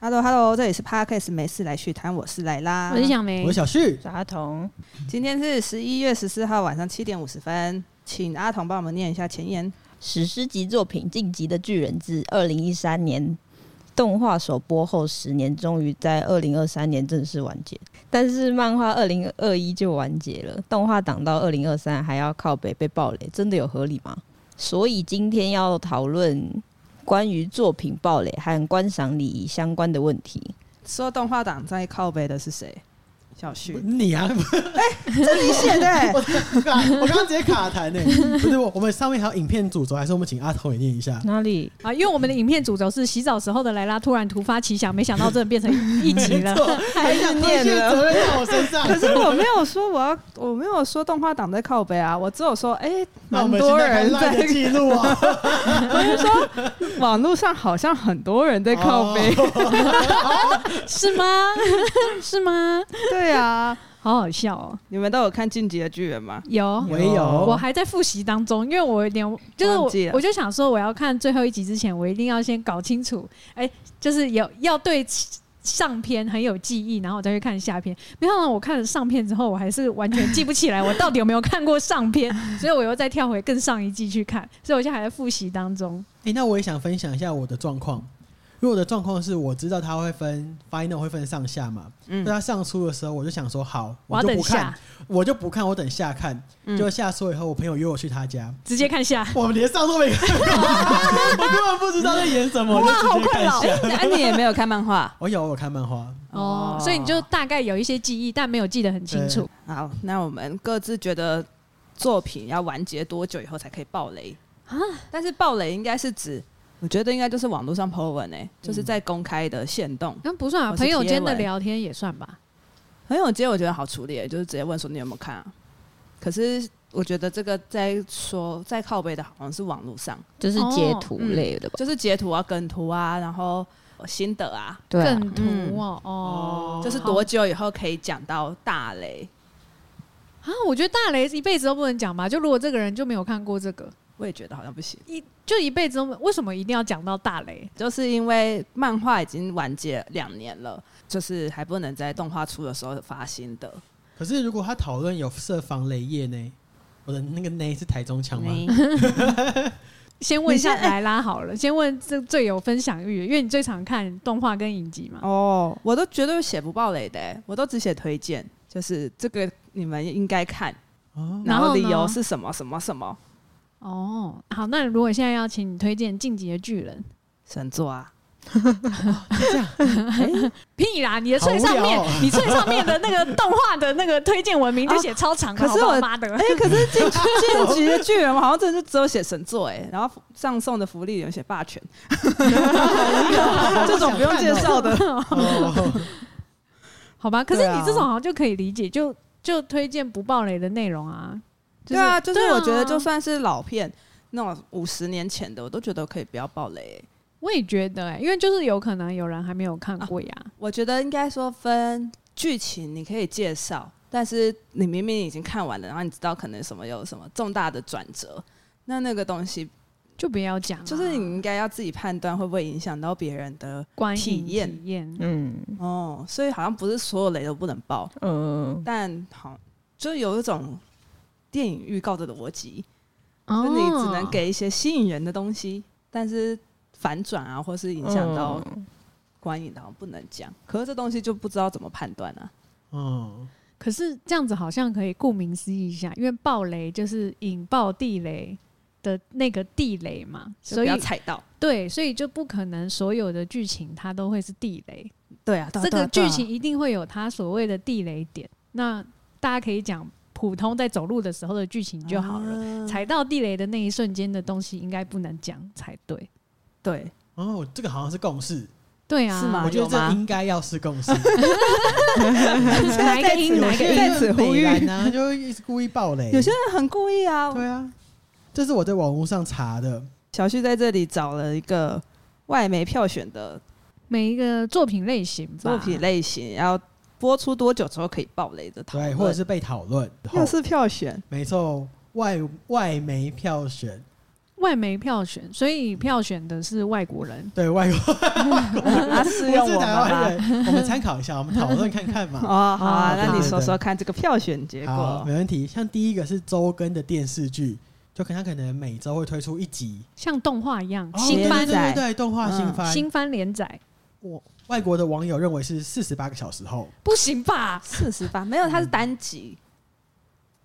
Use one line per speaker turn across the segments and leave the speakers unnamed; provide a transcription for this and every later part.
Hello Hello，这里是 Parkes 没事来续谈，我是莱拉，
我是小梅
我，是小旭，
小阿童，
今天是十一月十四号晚上七点五十分，请阿童帮我们念一下前言。
史诗级作品《晋级的巨人》自二零一三年动画首播后十年，终于在二零二三年正式完结。但是漫画二零二一就完结了，动画档到二零二三还要靠北被暴雷，真的有合理吗？所以今天要讨论关于作品暴雷和观赏礼仪相关的问题。
说动画党在靠背的是谁？小旭，
你啊，
这你写的、欸
我我刚我刚刚直接卡痰呢、不是我，我们上面还有影片主轴，还是我们请阿童也念一下？
哪里？
啊，因为我们的影片主轴是洗澡时候的莱拉突然突发奇想，没想到真的变成一集嗯 了。
还想推卸责任到我身 上？
可是我没有说我要，我没有说动画党在靠背啊，我只有说，哎、
那我
蛮
们现
多
在还
人
烂的
在，
记录啊，
我是说网络上好像很多人在靠背，
哦
是吗？ 是吗？
对啊，
好好笑哦！
你们都有看《进击的巨人》吗？
有，
我也有，
我还在复习当中，因为我有点就是
忘记了
我，我就想说，我要看最后一集之前，我一定要先搞清楚，哎、就是有要对上篇很有记忆，然后我再去看下篇。没想到我看了上篇之后，我还是完全记不起来我到底有没有看过上篇，所以我又再跳回更上一季去看，所以我现在还在复习当中。
哎、那我也想分享一下我的状况，因为我的状况是我知道它会分 final 会分上下嘛，
嗯
那它上书的时候我就想说好，
我要
就不
等
看
下，，
我就不看，我等下看。
嗯
结果下书以后，我朋友约我去他家，
直接看下。
我们连上都没看， 我根本不知道在演什么，我就直接看下。
哎那安妮也没有看漫画。
我有我有看漫画，
哦，所以你就大概有一些记忆，但没有记得很清楚。
好，那我们各自觉得作品要完结多久以后才可以爆雷
啊
但是爆雷应该是指，我觉得应该就是网络上 po 文
嗯
诶、就是在公开的线动。
那不算啊，
哦我是
朋友间
贴
的
文
聊天也算吧。
朋友间我觉得好处理、欸，就是直接问说你有没有看啊？可是我觉得这个在说在靠背的好像是网络上，
就是截图类的吧？
就是截图啊、梗图啊，然后心得啊，嗯
对啊、
梗图哦，哦，
就是
好
多久以后可以讲到大雷？
啊，我觉得大雷一辈子都不能讲吧。就如果这个人就没有看过这个，
我也觉得好像不行。
一就一辈子都没为什么一定要讲到大雷？
就是因为漫画已经完结两年了，就是还不能在动画出的时候发新的。
可是如果他讨论有设防雷业呢？我的那个呢是台中腔吗？
先问一下
你先哎
莱拉 好了，先问这最有分享欲的，因为你最常看动画跟影集嘛。
哦，我都绝对写不爆雷的、欸我都只写推荐，就是这个你们应该看，
哦，
然后
然后呢
理由是什么什么什么
哦，好，那如果现在要请你推荐《进击的巨人
神作啊？》，
屁啦！你的最上面，
好无聊哦
你最上面的那个动画的那个推荐文明就 写超长的，
啊可是我
好不好妈的，
哎、可是进进击的巨人，我好像真的就只有写神作哎、然后上送的福利有写霸权， 这种不用介绍的。
哦
好吧？可是
对啊
你这种好像就可以理解，就就推荐不爆雷的内容啊。就
对
是
啊，就是
对啊
我觉得就算是老片那种五十年前的，我都觉得可以不要爆雷、欸。
我也觉得、欸，因为就是有可能有人还没有看过呀。
我觉得应该说分剧情，你可以介绍，但是你明明已经看完了，然后你知道可能什么有什么重大的转折，那那个东西
就不要讲啊、
就是你应该要自己判断会不会影响到别人的
观
体
影
验
体验。
嗯
哦，所以好像不是所有雷都不能爆，
嗯嗯。
但好就有一种电影预告的逻辑，嗯就
哦
是你只能给一些吸引人的东西，但是反转啊，或是影响到
嗯
观影的，好像不能讲。可是这东西就不知道怎么判断啊。
哦，
可是这样子好像可以顾名思义一下，因为爆雷就是引爆地雷的那个地雷嘛，
就
所以
不要踩到。
对，所以就不可能所有的剧情它都会是地雷，
对啊，
这个剧情一定会有它所谓的地雷点。那大家可以讲普通在走路的时候的剧情就好了，
了
踩到地雷的那一瞬间的东西应该不能讲才对。
对，
哦，这个好像是共识，
对啊，
是吗
我觉得
有吗
这应该要 是共识。
哪一个音
有
哪一个
些
音？
在此
人
呼吁
北兰啊，就会一直故意爆雷。
有些人很故意啊。
对啊，这是我在网络上查的，
小旭在这里找了一个外媒票选的
每一个作品类型吧，
作品类型，然后播出多久之后可以爆雷的讨
对，
论，
或者是被讨论。
又是票选，
没错，外外媒票选，
外媒票选，所以票选的是外国人。
对外国
他
不
适用
是
我们
台湾
吧？
人，我们参考一下，我们讨论看看嘛。
哦，好啊，
对
那你
对
说
对
说看这个票选结
好，
果
没。问题。像第一个是周更的电视剧，就可能它可能每周会推出一集
像动画一样，
哦
新番、
对对对对，动画新
嗯
番。
新番连载，
我外国的网友认为是四十八个小时后，
不行吧？
四十八，没有，它是单集，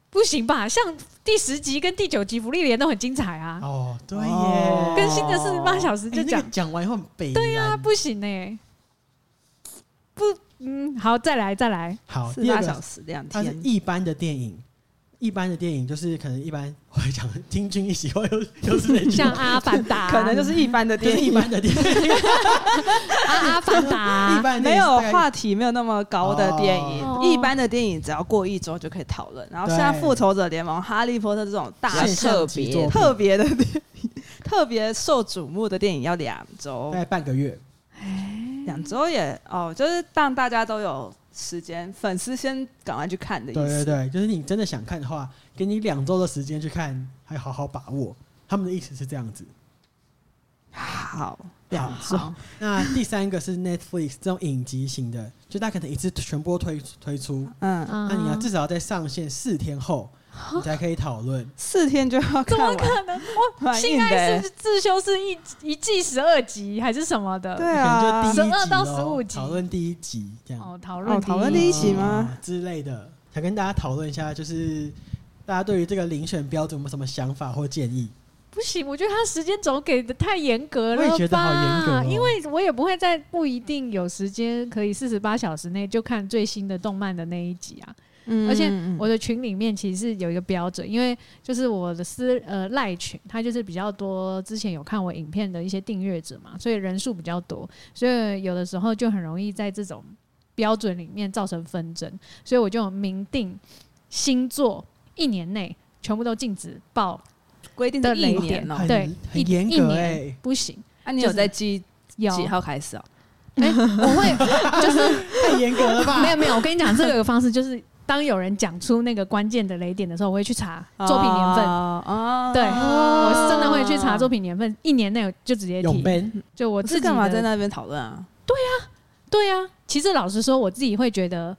不行吧？像第十集跟第九集福利连都很精彩啊，
哦，对耶，
哦
更新的四十八小时
哎
就
那
讲
个，讲完以后很北，对
啊
呀
不行呢、不，嗯，好，再来再来，
好，
四十
第二
八小
个
时两
它是
天。
一般的电影，一般的电影就是可能一般我会讲听君一席话，又又是那句
像
话，
《阿凡达》
可能就是一般的
就是
电
一
影，
般的电影，
阿啊阿凡
一
达》
般的电
没
影
有
大概
话题，没有那么高的电
哦
影。一般的电影只要过一周就可以讨论。然后像《
对
复仇者联盟》《哈利波特》这种大
比较特别
型特别的电影，特别受瞩目的电影要两周
大，概半个月，
两周也哦，就是让大家都有时间，粉丝先赶快去看的意
对对
思。
对，就是你真的想看的话，给你两周的时间去看，还好好把握。他们的意思是这样子。
好，两周
好那第三个是 Netflix 这种影集型的，就大家可能一次全波推推出，
嗯，
嗯
那你要至少在上线四天后，你才可以讨论。
四天就要
怎
看
么
完，
可能？我
蛮硬
性
的
爱
欸
是自修是一一季十二集还是什么的？
对
可能
啊
就，第一集
12到15
咯
集
讨论第一集这样，
哦，讨
哦
论
讨论
第
第
一
一集吗
啊之类的，想跟大家讨论一下，就是大家对于这个遴选标准有没有什么想法或建议？
不行，我觉得他时间轴给的太严格了吧？
我也觉得好严格哦
因为我也不会在不一定有时间可以四十八小时内就看最新的动漫的那一集啊。
嗯
而且我的群里面其实是有一个标准，因为就是我的私呃赖群，它就是比较多之前有看我影片的一些订阅者嘛，所以人数比较多，所以有的时候就很容易在这种标准里面造成纷争，所以我就明定星座一年内全部都禁止报
规定
的
是一
雷点
年哦。
对，
很
一
严格
一年
欸
不行。
那你有在记
有，
几号开始哦？
哎、我会就是
太严格 了吧？
没有没有，我跟你讲，这个有方式就是当有人讲出那个关键的雷点的时候，我会去查作品年份。
哦，
对，
哦
我是真的会去查作品年份，一年内就直接
永
提。
奔
就我
我
自
是
己
干嘛
的
在？那边讨论啊？
对啊，其实老实说，我自己会觉得。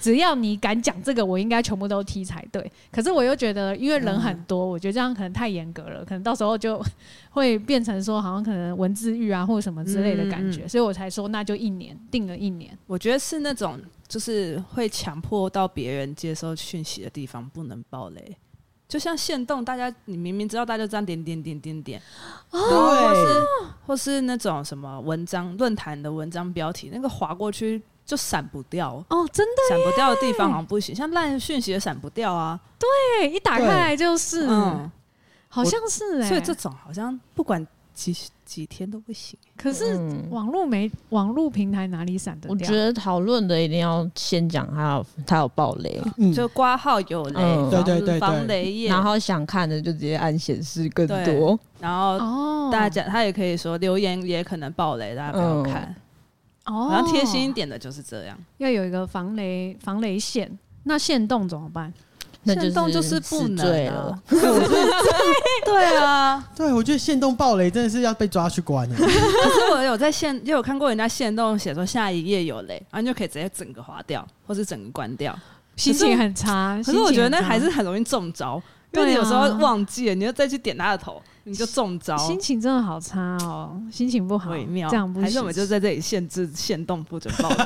只要你敢讲这个，我应该全部都踢才对。可是我又觉得，因为人很多，我觉得这样可能太严格了，可能到时候就会变成说，好像可能文字狱啊，或者什么之类的感觉。
嗯
所以我才说，那就一年定了一年。
我觉得是那种就是会强迫到别人接收讯息的地方不能爆雷，就像限动，大家你明明知道，大家就这样点点点点点，
哦
或
对
是或是那种什么文章论坛的文章标题，那个划过去就闪不掉，
哦，真的
闪不掉的地方好像不行，像烂讯息也闪不掉啊，
耶，一打开来就是，
嗯，
好像是哎、
所以这种好像不管几几天都不行。
可是
嗯
网络没网络平台哪里闪得
我
掉
觉？得讨论的一定要先讲他有他有爆雷，
嗯
就挂号有雷，防
嗯
对对对对
防雷液，
然后想看的就直接按显示更
对
多。
然后
哦嗯
大家他也可以说留言也可能爆雷，大家不要看。
哦，
然后贴心一点的就是这样，
要有一个防雷防雷线，那线动怎么办？
那就是
限动就是不
死
能
罪
啊
了，
对啊。
对，我觉得限动暴雷真的是要被抓去关欸的。
可是我有在线，也有看过人家限动写说下一页有雷，然后你就可以直接整个划掉，或是整个关掉。
心情很差，
可是我
心情
觉得
很
那
差
还是很容易中招，因
对
为
啊
你有时候忘记了，你就再去点他的头，你就中招。
心情真的好差哦，心情不好，
微妙，
这样不
还是我
行
们。就在这里限制 限动不准爆雷。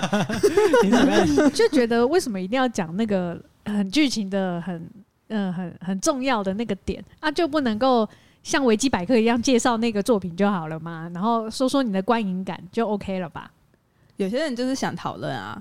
你怎么样？
就觉得为什么一定要讲那个很剧情的很呃很很重要的那个点啊，就不能够像维基百科一样介绍那个作品就好了嘛？然后说说你的观影感就 OK 了吧？
有些人就是想讨论啊，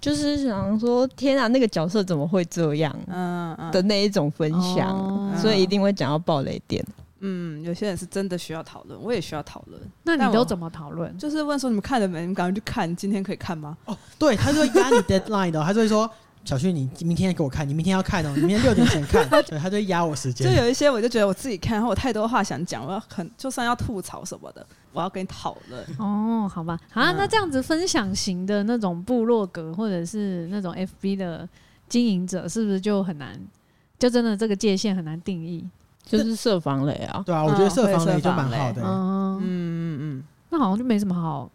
就是想说天啊，那个角色怎么会这样
嗯嗯
的那一种分享，
哦
嗯所以一定会讲到爆雷点。
嗯，有些人是真的需要讨论，我也需要讨论。
那
但
你
我
都怎么讨论？
就是问说你们看了没？你们赶快去看，今天可以看吗？
哦，对，他就会压你 deadline 的哦，他就会说：“小旭，你明天给我看，你明天要看哦，你明天六点前看。”对，他就会压我时
就
间。
有一些我就觉得我自己看，然后我太多话想讲，我要很就算要吐槽什么的，我要跟你讨论。
哦，好吧，啊，
嗯
那这样子分享型的那种部落格或者是那种 FB 的经营者，是不是就很难？就真的这个界限很难定义，
就是设防雷 啊。
对啊，我觉得
嗯
设防
会
雷
设
就蛮
防雷
好的、
嗯，
嗯嗯
那好像就没什么好，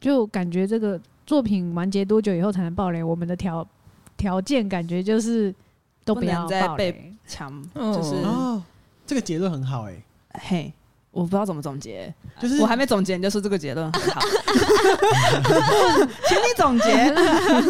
就感觉这个作品完结多久以后才能爆雷？我们的条条件感觉就是都
不
要
能再
爆
被
雷。
嗯，强
嗯
就是
哦，这个结论很好哎、
嘿，我不知道怎么总结，
就是
我还没总结，你就说这个结 论很好，请你总结，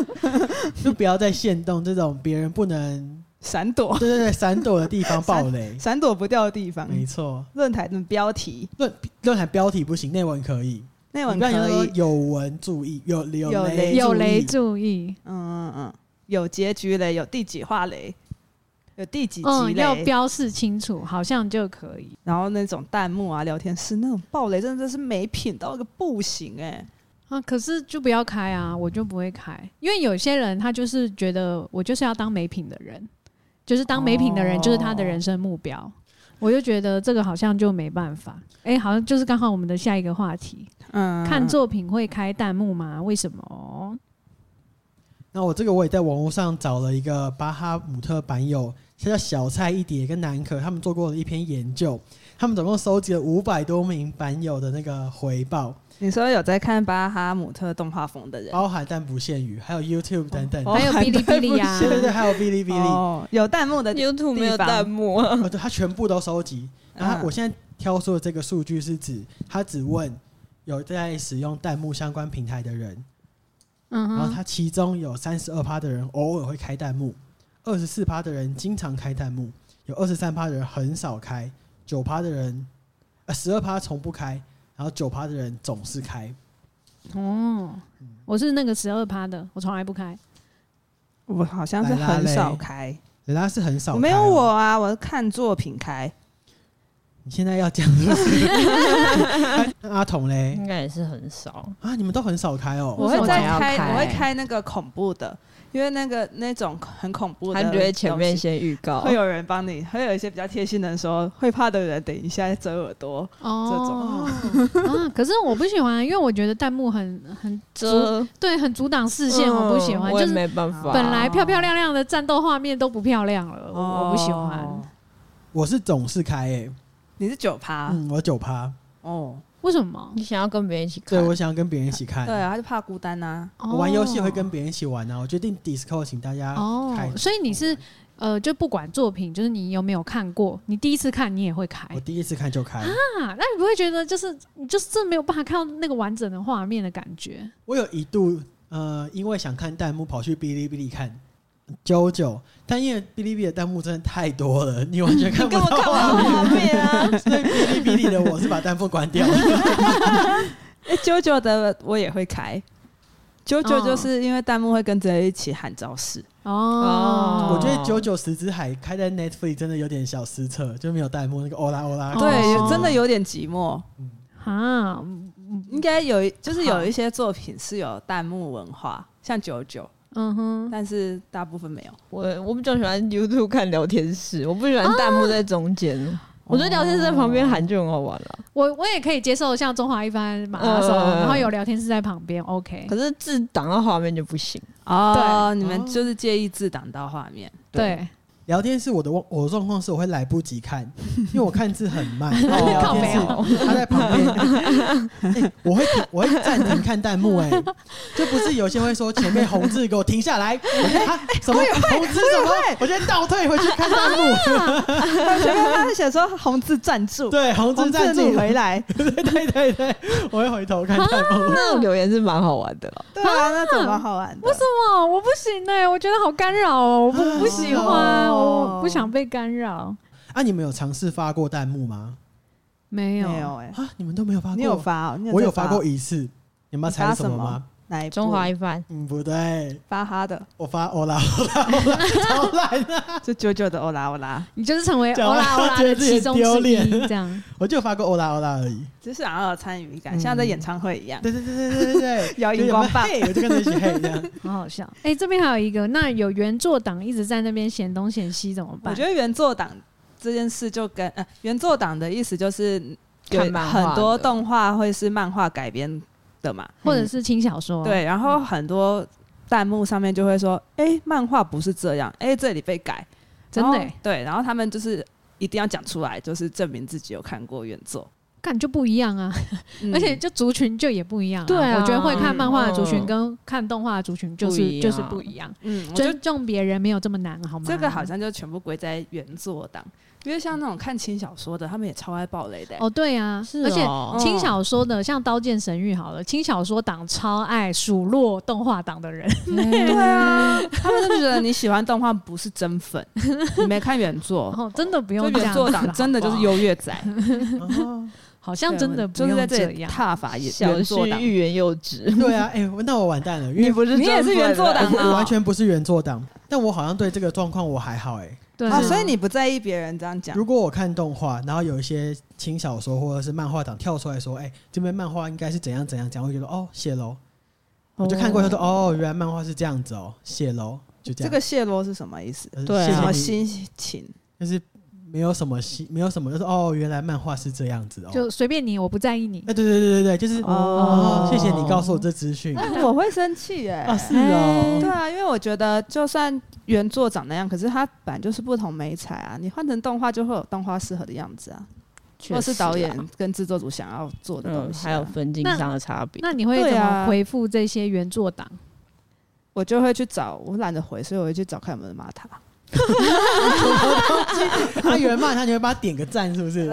就不要在限动这种别人不能
闪躲，
对对对闪躲的地方爆雷。
闪躲不掉的地方。
没错，
论坛的标题
论论坛标题不行，内文可以，
内
你
文
不要
可
说
以，
有文注意，有有
有
雷
雷
有雷
注
注意，
嗯嗯嗯，有结局雷，有第几话雷，有第几集
哦
嗯，要
雷，
标示清楚，好像就可以。
然后那种弹幕啊、聊天室那种爆雷，真的是没品到一个不行哎、
啊，可是就不要开啊，我就不会开，因为有些人他就是觉得我就是要当美品的人，就是当美品的人就是他的人生目标，我就觉得这个好像就没办法。哎、好像就是刚好我们的下一个话题，
嗯，
看作品会开弹幕吗？为什么？
那我这个我也在网络上找了一个巴哈姆特版友，他叫小菜一碟跟南可，他们做过的一篇研究，他们总共收集了五百多名版友的那个回报，
你说有在看巴哈姆特动画风的人，
包含但不限于，还有 YouTube 等等。
哦啊
还有哔哩哔哩啊呀，
对对对，还有哔哩哔哩，
哦，有弹幕的
YouTube
没有弹
幕 啊，
哦，对，他全部都收集。然后
嗯
我现在挑出的这个数据是指，他只问有在使用弹幕相关平台的人，
嗯
然后
哼，
他其中有三十二趴的人偶尔会开弹幕，二十四趴的人经常开弹幕，有二十三趴的人很少开，九趴的人，呃，十二趴从不开，然后九趴的人总是开。
哦，我是那个十二趴的，我从来不开。
我好像是
来啦
很
嘞
少开，
人家是很少、哦
我没有我，啊，我是看作品开。
你现在要讲的是那 阿童嘞
应该也是很少。
啊，你们都很少开哦。
我会
为什么
再
要
开，
开
我会开那个恐怖的，因为那个那种很恐怖的
他
东西，
觉得前面先预告，
会有人帮你，会有一些比较贴心的人说，会怕的人等一下遮耳朵。
哦， 啊，可是我不喜欢，因为我觉得弹幕很很阻，
遮嗯
对，很阻挡视线，我不喜欢，
我也
就是
没办法。
本来漂漂亮亮的战斗画面都不漂亮了，我我不喜欢
哦。，
我是总是开诶、
你是九趴
嗯，我九趴，
哦，
为什么？
你想要跟别人一起
对
看，
我想要跟别人一起看。
对啊，哦他就怕孤单呐。
我玩游戏也会跟别人一起玩啊，我决定 Discord 请大家
哦
开。
所以你是呃，就不管作品，就是你有没有看过，你第一次看你也会开
哎
我第一次看就开，
啊？那你不会觉得就是你就是真的没有办法看到那个完整的画面的感觉？
我有一度呃，因为想看弹幕跑去哔哩哔哩看。九九，但因为哔哩哔哩的弹幕真的太多了，你完全看不
跟我
到
看
画
完
面，
画面啊！
所以哔哩哔哩的我是把弹幕关 掉了。
哎，九九的我也会开，九九就是因为弹幕会跟着一起喊招式，
哦，
我觉得九九十之海开在 Netflix 真的有点小失策，就没有弹幕那个欧拉欧拉。
哦
对，有真的有点寂寞。
啊，
应该有一，就是
好
有一些作品是有弹幕文化，像九九，
嗯哼，
但是大部分没有。
我我比较喜欢 YouTube 看聊天室，我不喜欢弹幕在中间。我觉得聊天室在旁
哦
边喊就很好玩了，
我我也可以接受像中华一番马拉松，
呃
嗯
然后有聊天室在旁边，OK，
可是字挡到画面就不行。
哦，
对
你们
哦
就是介意字挡到画面，
对，
聊天室我的我的状况是我会来不及 看，因为我看字很慢。然后
靠
聊
北
天
哦
室他在旁边、 欸我会停我会暂停看弹幕、欸，哎，就不是有些会说前面红字给我停下
哎
来，我说啊什么红字什么，我先倒退回去看弹
哎
幕。
前面 他写说红字站住，
对，红字
红
暂
字
住
你，回来，
对对对对，我会回头看弹 幕。
那种留言是蛮好玩的了。
对啊，那怎么好玩的？
为什么我不行呢、我觉得好干扰哦，我不
啊
不喜欢，
哦
我不想被干扰。
啊，你们有尝试发过弹幕吗？
没有，
没有哎，
啊，你们都没有发过，
你有发哦？你
我
在
有发过一次，你们要猜什么吗？
哪一部
中华一番，
嗯，不对，
巴哈的，
我发欧啦欧啦欧啦，超烂的。
就九九的欧哦拉欧拉，
你就是成为
讲
欧
完
拉欧拉
觉得
的
自己
其中之
丢脸
一，这样。
我就发过欧啦欧啦而已。
只是想要有参与感，
嗯
像在演唱会一样，
对对对对对对对，
摇
就
荧
有
光
人
棒。
嘿，我就跟着一起嘿这样。
好好笑。哎、这边还有一个，那有原作党一直在那边嫌东嫌西怎么办？
我觉得原作党这件事就跟呃，原作党的意思就是有
看漫画的
很多动画会是漫画改编的嘛，
或者是轻小说，，啊
对，然后很多弹幕上面就会说，哎、漫画不是这样，哎、这里被改，
真的、欸
然后对，然后他们就是一定要讲出来，就是证明自己有看过原作。
看就不一样啊，
嗯
而且就族群就也不一样、
对啊
我觉得会看漫画的族群
嗯
跟看动画的族群就
不一
是
样
就是不一样。
嗯，我觉得
尊重别人没有这么难，好吗？
这个好像就全部归在原作党，因为像那种看轻小说的，他们也超爱暴雷的、
哦，对啊，
是
而且
哦
轻小说的像《刀剑神域》好了，轻小说党超爱数落动画党的人，
对啊，他们就觉得你喜欢动画不是真粉，你没看原
然
作，
后哦真的不
哦就
用这
原
样
作
子
党
了
真的就是，
好不好
优越仔，
哦
好像真的不
就是
用
在这
这
里
样。
踏伐原
小
原
旭
作党。
欲言又止，
对啊，哎、我那我完蛋了，因
你
为
不是
你也是
真粉
原作党
了
啊
我我 完全不是原作党，但我好像对这个状况我还好哎、
对
啊，所以你不在意别人这样讲
如果我看动画，然后有一些轻小说或者是漫画党跳出来说，哎、这边漫画应该是怎样怎样讲，我会觉得哦，谢喽。我就看过，他说哦，原来漫画是这样子哦，谢喽，就这
这
样。
个泄露是什么意思？
个
对啊
什么
谢谢你，
心 情？
就是没有什么心，没有什么，就是哦，原来漫画是这样子哦。
就随便你，我不在意你
呃
哎、。对对对对对，就是
哦
哦，谢谢你告诉我这资讯
哎我会生气耶、
啊，是哦，
对啊，因为我觉得就算原作长那样，可是它本来就是不同美彩啊。你换成动画就会有动画适合的样子啊，或是导演跟制作组想要做的东
啊嗯，
西啊、
还有分镜上的差别。
那你会
对
怎
啊
么回复这些原作党？
我就会去找，我懒得回，所以我会去找看有没有人骂他。哎
他有人骂他，你会帮他点个赞，是不是？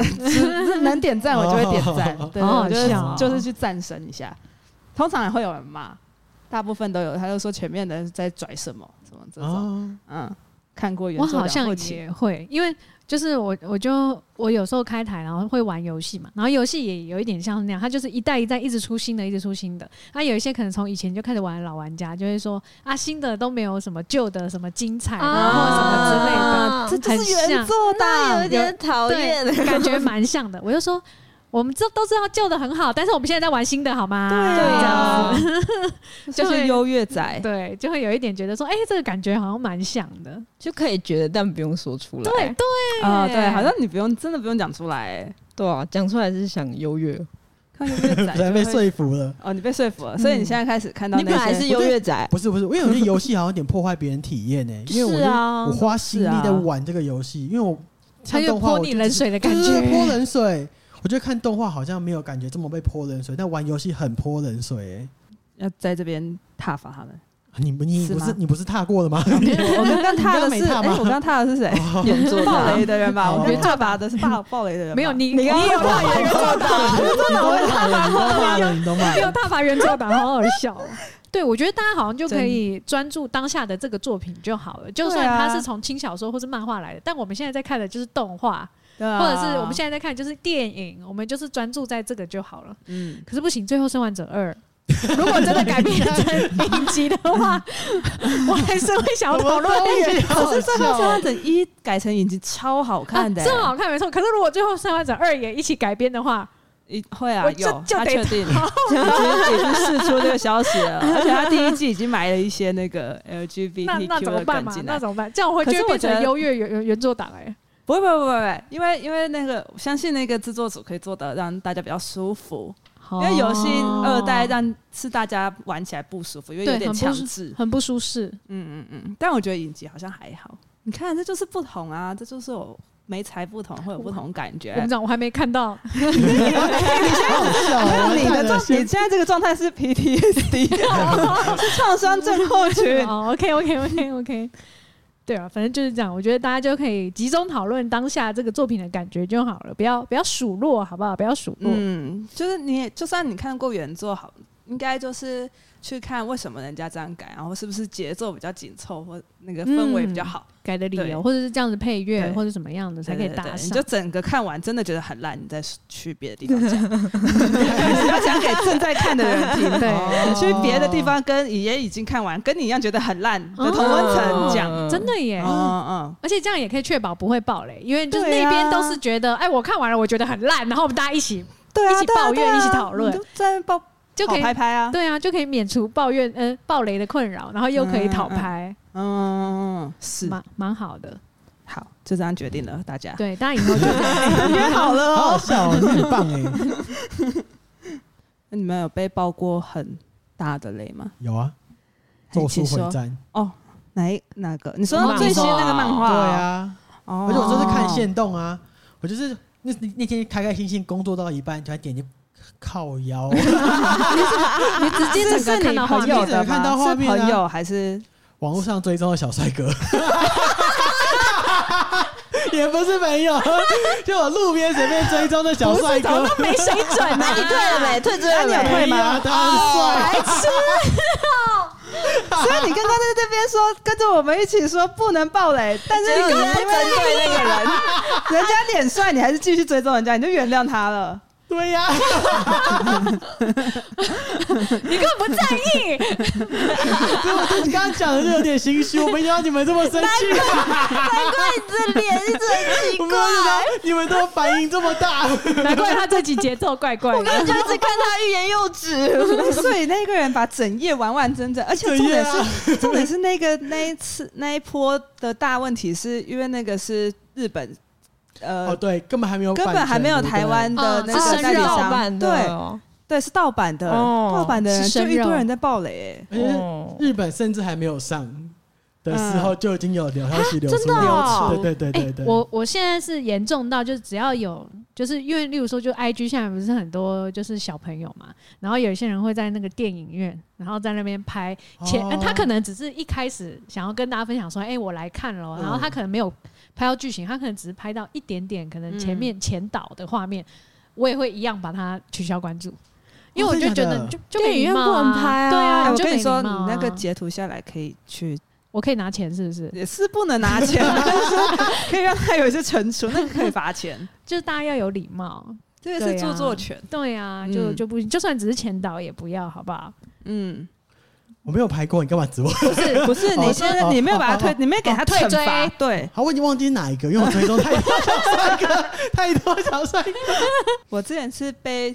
能点赞我就会点赞，对，
好好
我就是
笑哦
就是去赞声一下。通常也会有人骂，大部分都有，他就说前面的人在拽什么什么这种，
哦，
嗯，看过原
我
作
好像
了不起
也会，因为就是我，我就我有时候开台，然后会玩游戏嘛，然后游戏也有一点像那样，它就是一代一代一直出新的，一直出新的。那、有一些可能从以前就开始玩的老玩家，就会说啊，新的都没有什么旧的什么精彩的，然后什么之类的。
啊
啊这就是
很像
原作
那
党
有，点讨厌，
对，感觉蛮像的。我就说，我们这都知道旧的很好，但是我们现在在玩新的，好吗？
对啊
这样子，
就是优越仔，
对，就会有一点觉得说，哎、这个感觉好像蛮像的。
就可以觉得，但不用说出来。
对对，
啊，对，好像你不用真的不用讲出来，哎
对啊，讲出来是想优越，
看优越仔
人被
就会
说服了。
哦，你被说服了，所以你现在开始看到
你本来
那
是
些
优越仔，
不是不是，因为我觉得游戏好像有点破坏别人体验呢、因为我
是
就
啊
我花心力
是
在
啊
玩这个游戏，因为我
他
看
有
动画
泼
我
你
就
冷水的感
就是
觉。
泼冷水。我觉得看动画好像没有感觉这么被泼冷水，但玩游戏很泼冷水、欸。
要在这边挞伐他们。
你不你
是
不
吗
是你不是踏过 了吗？
我们刚踏的
你
是，
刚没踏
哎，
吗
我刚踏的是谁？
原作
暴雷
党。
的人吧，
哦
我刚踏伐的是暴暴雷的人吧。
没有你，
你刚
有大法原作党，
你都骂了，你都骂了，你都骂
你
了。
有大法原作党，好好笑哦。对，我觉得大家好像就可以专注当下的这个作品就好了。就算它是从轻小说或是漫画来的，但我们现在在看的就是动画，
对啊，
或者是我们现在在看就是电影，我们就是专注在这个就好了。
嗯，
可是不行，最后《生还者二》如果真的改编成影集的话，我还是会想要讨论原作。
可是最后《生还者一》改成影集超好看的、哎
啊真好看没错。可是如果最后《生还者二》也一起改编的话，
一会啊，
我就
有
就
他
得
确定，已经 已经试出这个消息了，而且他第一季已经埋了一些那个
那那怎
LGBTQ
么
的
办
梗
嘛？
进
那
来。
怎么办？这样我会
可
就是会
我
变
觉
成
得
优越原原原作党哎、
不会不会不会不会，因为因为那个我相信那个制作组可以做的让大家比较舒服，因为游戏二代让是大家玩起来不舒服，因为有
对
点
很不
强
舒
制。
很不舒适，
嗯嗯嗯，但我觉得影集好像还好。你看，这就是不同啊，这就是我没才不同，会有不同感觉。
我们讲我还没看到，
好笑
没有
哦，
你的状，你
先
现在这个状态是 PTSD，是创伤症候 群。
哦，OK OK OK OK，对啊，反正就是这样。我觉得大家就可以集中讨论当下这个作品的感觉就好了，不要不要数落，好不好？不要数落。
嗯，就是你也就算你看过原作好，应该就是去看为什么人家这样改，然后是不是节奏比较紧凑或那个氛围比较好，
改的理
对
由，或者是这样子配乐，
对
或者什么样的才可以
对对
打
对你
赏
就。整个看完真的觉得很烂，你再去别的 地方讲， 你要讲给正在看的人听。
对
你去别的地方跟也已经看完，跟你一样觉得很烂的哦同温
哦
层讲。嗯
嗯
真的耶，
嗯
而且这样也可以确保不会爆雷，因为就是
对啊
那边都是觉得，哎、我看完了，我觉得很烂，然后我们大家一起
对啊，
一起
对啊
抱怨
对啊
一起讨论
你就在抱
就可以
讨拍拍啊。
对啊，就可以免除抱怨呃暴雷的困扰，然后又可以讨拍，
嗯，是
蛮蛮好的。
好，就这样决定了，大家。
对，大家以后就这样子
约好了
好好
哦。
笑哦，你很棒哎。
那你们有被爆过很大的雷吗？
有啊，
嘿
咒术
请
回
说
战，
哦，哪一哪个？你说
漫画
最新那个漫
对
画？，
啊，
哦
而且我就是看线动啊，我就是那那那天开开心心工作到一半，突然点进靠腰，
你直接整个看到画
朋
面
友
面
的吗
看到画面啊
是朋友还是
网络上追踪的小帅哥， 也不是没有，就我路边随便追踪的小帅哥，
没水准啊
啊
那你退了没？退追
那
了
你有
没？
退
没有
吗？哦
他很帅，
哎
所以你刚刚在这边说，跟着我们一起说不能暴 雷，但是你
结果
刚
你
刚
还
针对那个人， 人家脸帅，你还是继续追踪人家，你就原谅他 了。
对呀、
你根本不在意，
对，我就刚刚讲的就有点心虚，我没想到你们这么生气，
难怪你这脸一直很 奇
我没
怪
有。想到你们都反应这么大。
难怪他这集节奏怪怪
我
的。
刚刚就一直看他欲言又止，
所以那个人把整夜完完整整，而且重点
整啊
是，重点是那个那一次那一波的大问题，是因为那个是日本，
哦，
呃，
对，根本还没有版
根
权，
本还没有台湾的
嗯
那
是
个代理
深入
商，对
哦。
对，是盗版的，
哦
盗版的人
是
就
深
一堆
入
人在暴雷、
对不对，而且
哦
日本甚至还没有上的时候就已经有流消息流
真
出
的
来
哦
了，对对对对对，
我我现在是严重到，就是只要有，就是因为例如说，就 I G 现在不是很多就是小朋友嘛，然后有些人会在那个电影院，然后在那边拍前、呃
哦
他可能只是一开始想要跟大家分享说，哎、我来看了哦，
嗯
然后他可能没有拍到剧情，他可能只是拍到一点点，可能前
嗯
面前导的画面，我也会一样把它取消关注，因为我
哦真
就觉
的假的
得就就
电
没
影院
礼貌
不能拍啊
对
哎
啊，
我
就
跟你
没
说，
礼
你
貌
那个
啊
截图下来可以去，
我可以拿钱是不是？
也是不能拿钱，但是 可以让他有一些惩处，那个可以罚钱，
就是大家要有礼貌，
这
对
个
啊
是著作权。
对啊，就
嗯
就不就算只是前导也不要，好不好？
嗯，
我没有拍过，你干嘛指我？
不是不是，
哦
你现在你没有把他
哦
推
哦，
你没有给他
啊哦退
惩
追
罚，对
好，我已经忘记哪一个，因为我追踪太多小帅哥，太多小帅哥。
我之前是被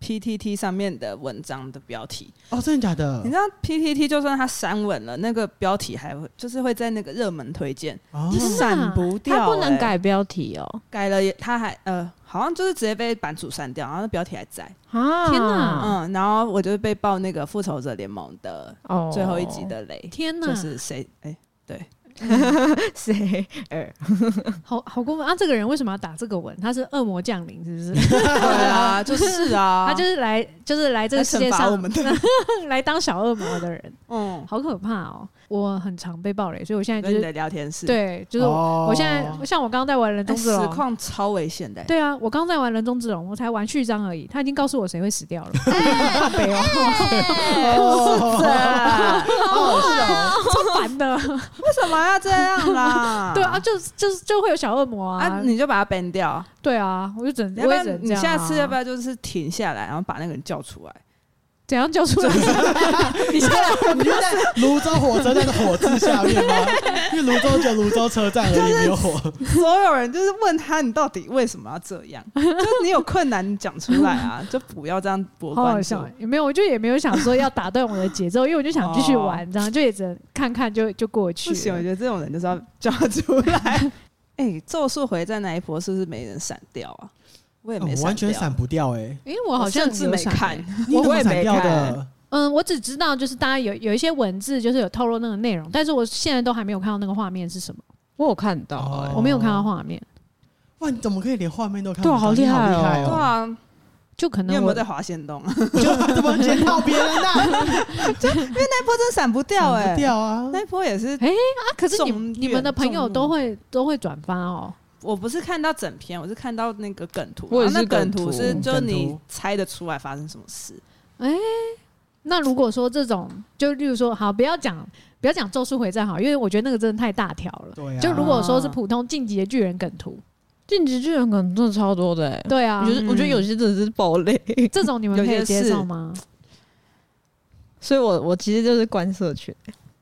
PTT 上面的文章的标题，
哦，真的假的
你？知道 PTT 就算它删文了，那个标题还会就是会在那个热门推荐，
哦
你
真的
闪
啊
不掉、
他不能
欸
改标题哦。
改了也，他还呃，好像就是直接被版主删掉，然后那标题还在，
啊
天哪
嗯，然后我就被爆那个复仇者联盟的
哦
最后一集的雷，
天哪，
就是谁哎、
谁？
好好过分啊！这个人为什么要打这个吻？他是恶魔降临，是不是？
对啊，就是啊，
他就是来就是来这
来
个世界
惩罚
上
我们的，
来当小恶魔的人，
嗯，
好可怕哦！我很常被暴雷，所以我现在
跟
就
你
是
的聊天室，
对，就是我,、
哦
现在像我刚刚在玩人
哎，
中之
实
龙。
况超危险的、欸，
对啊，我刚在玩人中之龙，我才玩序章而已，他已经告诉我谁会死 掉了。
哎
好悲哦，
哦
好是哦，
超烦的。
为什么要这样啦？
对啊，就是就是就会有小恶魔
啊，你就把它 ban 掉，
对啊，我就只
要
能，
不
我也
然
只能这
你
样啊
下次要不要就是停下来，然后把那个人叫出来？
怎样叫出 来？ 你现在
你就在泸州火车站的火字下面吗？因为泸州只有泸州车站而已，没 有火。
所有人就是问他，你到底为什么要这样？ 就是你有困难，你讲出来啊， 就不要这样博
好好
关
笑
注。，
也没有，我就也没有想说要打断我的节奏，因为我就想继续玩，这样就也只能看看就就过去
不行，我
了。
觉得这种人就是要叫出来。 哎、咒术回战那一波是不是没人闪掉啊？我也
哦
没、
我
闪、
完全闪，不掉哎、欸，
因为我好像
甚至
有
没
闪
看
欸，，
你怎
我
么
也
闪
没
掉
看。
的？
嗯，我只知道就是大家有有一些文字就是有透露那个内容，但是我现在都还没有看到那个画面是什么，
我有看到欸
哦
我没有看到画面，
哇，你怎么可以连画面都看不
对
啊
到？
好厉
你好
害哦
对
哦！
啊，
就可
你有
能
没有
我
在滑线洞啊？
就怎么检讨别人呐、
那一波真闪不掉 哎、
啊？掉啊！
那一波也是，
啊，可是你
中
你们的朋友都会都会转发哦，
我不是看到整篇，我是看到那个梗图，
我也
然后
是
那梗
梗图
是就
梗
你
图
猜得出来发生什么事。
那如果说这种，就例如说，好，不要讲不要讲《咒术回战》好，因为我觉得那个真的太大条了。
对啊，
就如果说是普通晋级的巨人梗图，
晋级巨人可能真的超多的欸，
对啊
我，觉得我觉得有些真的是暴雷，
这种你们
嗯有
可
些
以接
是
受吗？
所以我我其实就是关社群，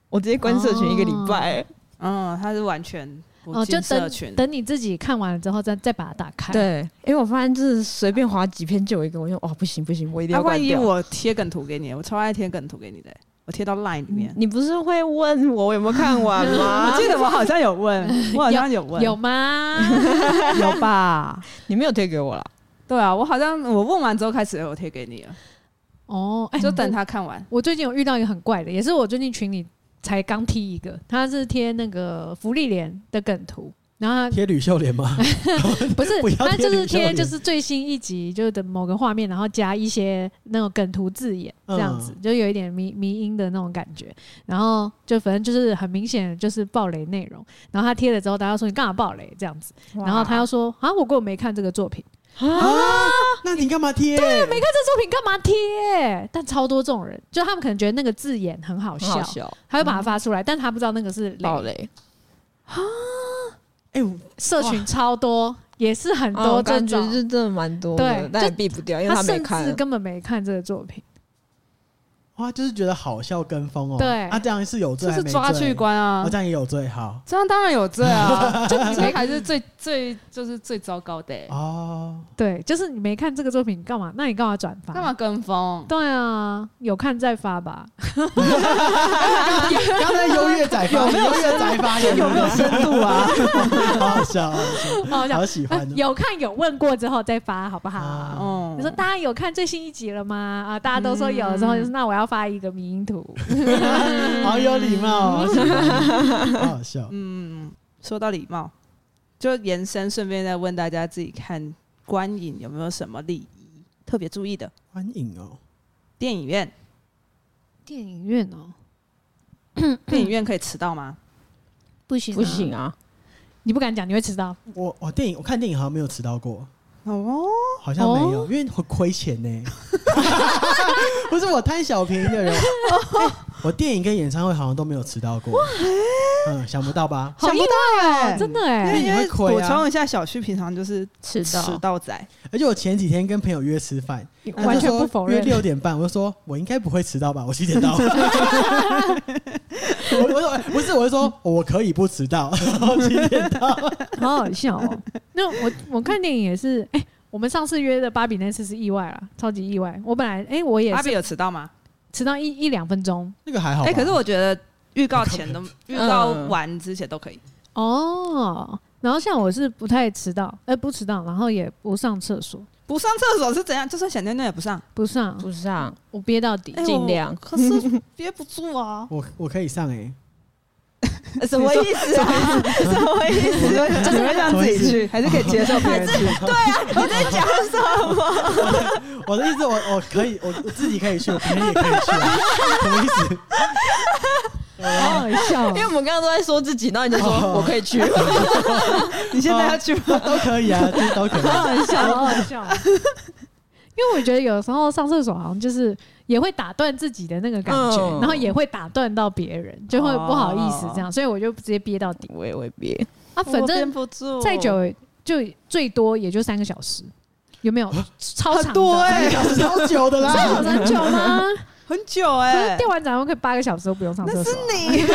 我直接关社群一个礼拜，
嗯，他是完全不
哦，就
进社群
等，等你自己看完了之后再再把它打开。，
对，因为我发现就是随便划几篇就有一个，我就哇哦不行不行，我一定
啊
要关
万一
掉。
我贴梗图给你，我超爱贴梗图给你的、我贴到 LINE 里面。
你不是会问我有没有看完吗
我？记得我好像有问，我好像有问，
有吗？
有吧？
你没有推给我啦，
对啊，我好像我问完之后开始有贴给你了，
哦，哎，
就等他看完。
我。我最近有遇到一个很怪的，也是我最近群里才刚踢一个，他是贴那个福利莲的梗图。然后
贴吕秀莲吗？，
不是
不要
他就
贴
是
女秀
贴
莲
就是最新一集就是的某个画面，然后加一些那种梗图字眼，这样子、就有一点迷迷音的那种感觉。然后就反正就是很明显就是暴雷内容。然后他贴了之后，大家说你干嘛暴雷这样子？然后他又说啊，我根本没看这个作品，
啊，那你干嘛贴？对，没
看这作品干嘛贴？但超多这种人，就他们可能觉得那个字眼很好
很
笑，
好笑，
他会把它发出来，但他不知道那个是雷
暴雷，
哎、我
社群超多，也是很
嗯
多这
感觉
种。
是真的蛮多
对
的，但也
就
避不掉，因为
他
没
甚
看
至。根本没看这个作品，
哇，就是觉得好笑跟风哦。
对
啊，这样是有罪
这
还
是
没
抓
罪
去，关啊
哦，，这样也有罪，好
这样当然有罪啊，这这还是最最就是最糟糕的欸，
哦。
对，就是你没看这个作品干嘛？那你干嘛转发？
干嘛？跟风？
对啊，有看再发 吧。
刚才优越仔发，有没有越仔发言？有没有深度 啊？好好笑，好
哦，
好笑，好喜欢哦。
有看有问过之后再发，好不好？
啊
哦
你说大家有看最新一集了吗？啊，大家都说有的
嗯
时候，就是那我要发一个迷因图。
好有礼貌，哦好喜欢好好笑。
嗯，说到礼貌，就延伸，顺便再问大家自己看观影有没有什么礼仪特别注意的？
欢迎哦，
电影院，
电影院哦，
电影院可以迟到吗？
不行
不行，啊，
你不敢讲，你会迟到。
我我电影我看电影好像没有迟到过，
哦，
好像没有，因为很亏钱呢。 不是我贪小便宜的人，哎
哦
我电影跟演唱会好像都没有迟到过。嗯，想不到吧？
好意
外
哦，真的
因
哎
为，
你
因
会
为
亏
补
啊
充一下，小旭平常就是
迟
迟到仔，
而且我前几天跟朋友约吃饭，他
完
就
全
说
不否
约
认。
六点半，我就说我应该不会迟到吧，我七点到。 我我说不是，我就说我可以不迟到，我七点到。
好好笑哦。那我我看电影也是，哎、我们上次约的芭比那次是意外了，超级意外。我本来哎、我也
阿比
是
有迟到吗？
迟到一一两分钟
那个还好吧。。
哎、可是我觉得预告前 都预告完之前都可以，
哦。然后像我是不太迟到，哎、不迟到，然后也不上厕所，
不上厕所是怎样？就算想尿尿也不上，
不上，
不上，
我憋到底。
哎
尽量
我可是憋不住啊
我我可以上哎、
什么意思啊？ 什么意思？就是会让自己 去，还是可以接受别人 去？
啊
我的意思我我可以我我自己可以去，我别人也可以去、啊， 什么意思？
好好笑
因为
哦、
我们刚刚都在说自己，然后你就说
哦
我可以 去，
你现在要去吗？
都可以啊，这都可以。
好好笑，好好笑。因为我觉得有时候上厕所好像就是也会打断自己的那个感觉，
嗯
然后也会打断到别人，就会不好意思这样，所以我就直接憋到底
哦我也会憋，
啊。反正
憋不
哦
住，
再久就最多也就三个小时，有没有？超长
很
的
多
欸
哎、
超久的
三个小时
啦，
很久吗？
很久
可
哎、
是 电完展我可以八个小时都不用上厕所。
你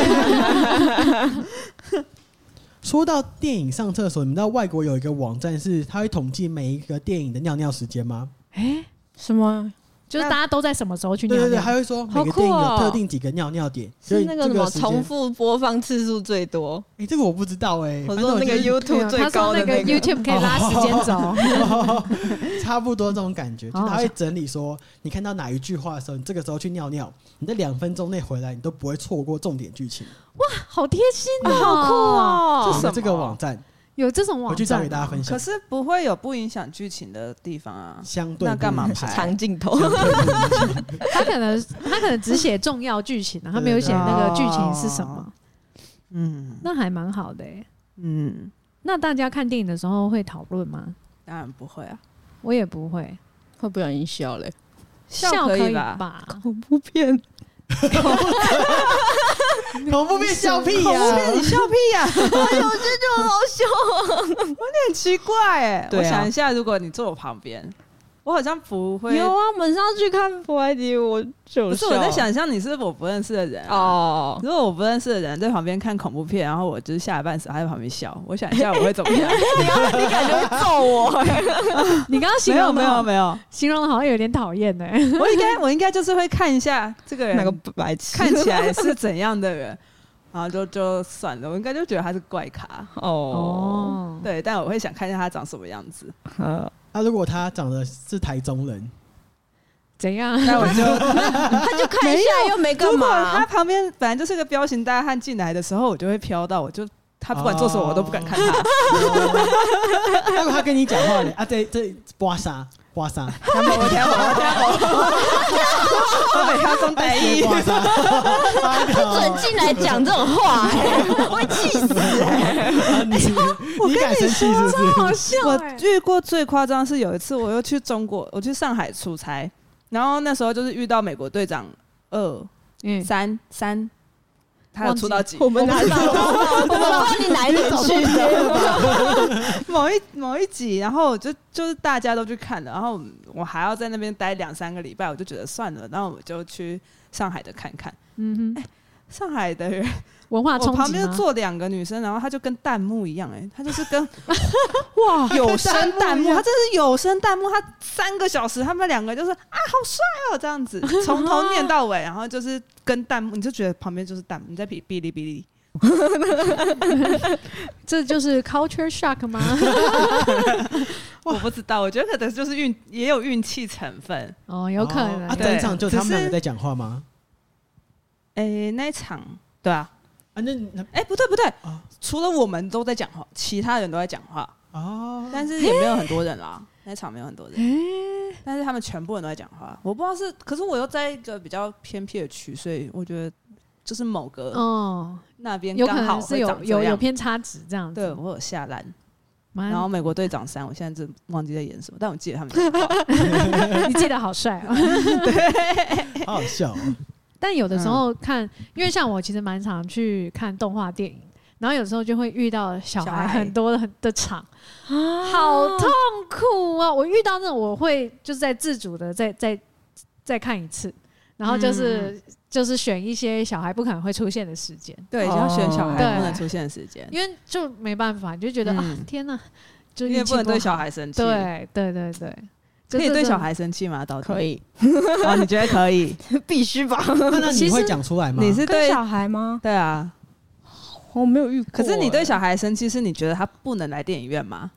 说到电影上厕所，你们知道外国有一个网站是它会统计每一个电影的尿尿时间吗？
哎，
什么？
就是大家都在什么时候去
对
尿
对对，
尿？
还会说每
好
个
酷
电影有
哦
特定几个尿尿点，所
是
以
那个
这
什么
时间
重复播放次数最多？
哎、这个我不知道哎、
我
反正
说那个
就是
YouTube
啊他
最
说
高
那
的
个
那个，
YouTube 可以拉时间
哦
轴，
差不多这种感觉，就
好
是
好
他会
笑
整理说，你看到哪一句话的时候，你这个时候去尿尿，你在两分钟内回来，你都不会错过重点剧情。
好贴心哦，
好酷！
这
哦！
是这个网站，
有这种网
回去
站
再
啊，
给大家分享
可。是不会有不影响剧情的地方啊。
相对
那干嘛
不一样
拍？
长镜头，
相对不一样
他可能他可能只写重要剧情啊，他没有写那个剧情是什么，
嗯
那还蛮好的欸。
嗯，
那大家看电影的时候会讨论吗？
当然不会啊，
我也不会，
会不小心笑嘞，
笑
可
可
以
以吧？
恐怖 片，
恐怖片笑屁呀、
我骗你笑屁呀、
哎呦，我觉得就很好笑。
很奇怪哎、
对啊
我想一下，如果你坐我旁边，我好像不会。
有啊，我们上次去看《博爱迪》，我就
不是我在想象你是我不认识的人、啊。
哦，
如果我不认识的人在旁边看恐怖片，然后我就是吓得半死，他在旁边笑，我想一下我会怎么样？
你感觉会揍我？
你刚刚形
没有
容
没
的
有没有，
形容的好像有点讨厌欸呢。
我应该我应该就是会看一下这个人
那个白痴？
看起来是怎样的人，然后就就算了，我应该就觉得他是怪咖，
哦，
哦，
对，但我会想看一下他长什么样子，
呃
那如果他长得是台中人，
怎样？
那我就
他就看一下又没
如
干
果他
嘛，
旁边本来就是个彪形大汉进来的时候，我就会飘到，我就他不管做什么我都不敢看 他。
如果他跟你讲话呢？啊，这这刮痧，刮痧，
他们我听我听我，我每天讲
哎
台语，
刮痧，哎
不准进来讲这种话、哎我会气死、哎
啊你你敢生气是不
超好
是？
笑
我
哎、
遇过最夸张是有一次，我又去中国，我去上海出差，然后那时候就是遇到美国队长二
嗯，
三三，他有出到几？
我们哪知道？我们不知道你哪一年去的，
某一某一集，然后我就就是大家都去看了，然后我还要在那边待两三个礼拜，我就觉得算了，然后我就去上海的看看。
嗯哼，
上海的人，
文化
哎我
冲
旁
击
边
吗
坐两个女生，然后她就跟弹幕一样、哎，她就是跟哇有声
弹
弹
幕一
幕，
样
她真是有声弹幕，她三个小时，他们两个就是啊，好帅哦，这样子从头念到尾，然后就是跟弹幕，你就觉得旁边就是弹幕，你在比哔哩哔哩，
这就是 culture shock 吗？
我不知道，我觉得可能就是运也有运气成分。
哦，有可能。
啊，
对
整场就他们两
只
个
是
在讲话吗？
哎、那一场对啊，
啊，那那
哎、不对不对，
哦
啊
除了我们都在讲话，其他人都在讲话，
哦，
但是也没有很多人啦，那场没有很多人，但是他们全部人都在讲话，我不知道是，可是我又在一个比较偏僻的区，所以我觉得就是某个
哦，
那边
有可
刚
能
好
是
会
有
长
有
这
有
样。
偏嗯差值这样子。
对，我有下栏，
蛮，
然后美国队长三，我现在真忘记在演什么，但我记得他们讲 话
你记得好帅哦。
好好笑哦。
但有的时
嗯
候看，因为像我其实蛮常去看动画电影，然后有时候就会遇到小
小
孩
孩啊
很多的很的场，好痛苦啊！我遇到那种我会就是在自主的再再再看一次，然后就是、
嗯
就是选一些小孩不可能会出现的时间，
对，要选小孩
哦对
不能出现的时间，
因为就没办法，你就觉得、啊
嗯
天哪，就
你
运
也
气
不能对
好
小孩生气，，
对对对对，就
可以
这
对
种
小孩生气吗？到底
可，以，
哦，你觉得可 以？
必须吧？
那那
其
你
实
会讲出来吗？
你是对
孩吗？
对啊，
我没有遇过
可是你对小孩生气，是你觉得他不能来电影院 吗？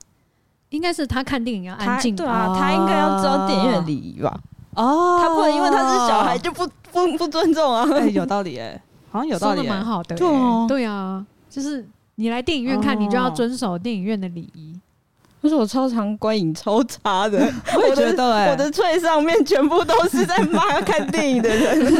应该是他看电影要安
他
静
对
吧。
啊，他应该要知道电影院的礼仪吧？
哦
他不能因为他是小孩就不不不尊重啊。
哎、有道理哎、好像有道
说的
理、
蛮
欸。
好的、
对啊
对啊，就是你来电影院看，你就要
哦
遵守电影院的礼仪。
可是我超常观影超差的，
我也
的
觉得哎、
我的翠上面全部都是在骂看电影的人。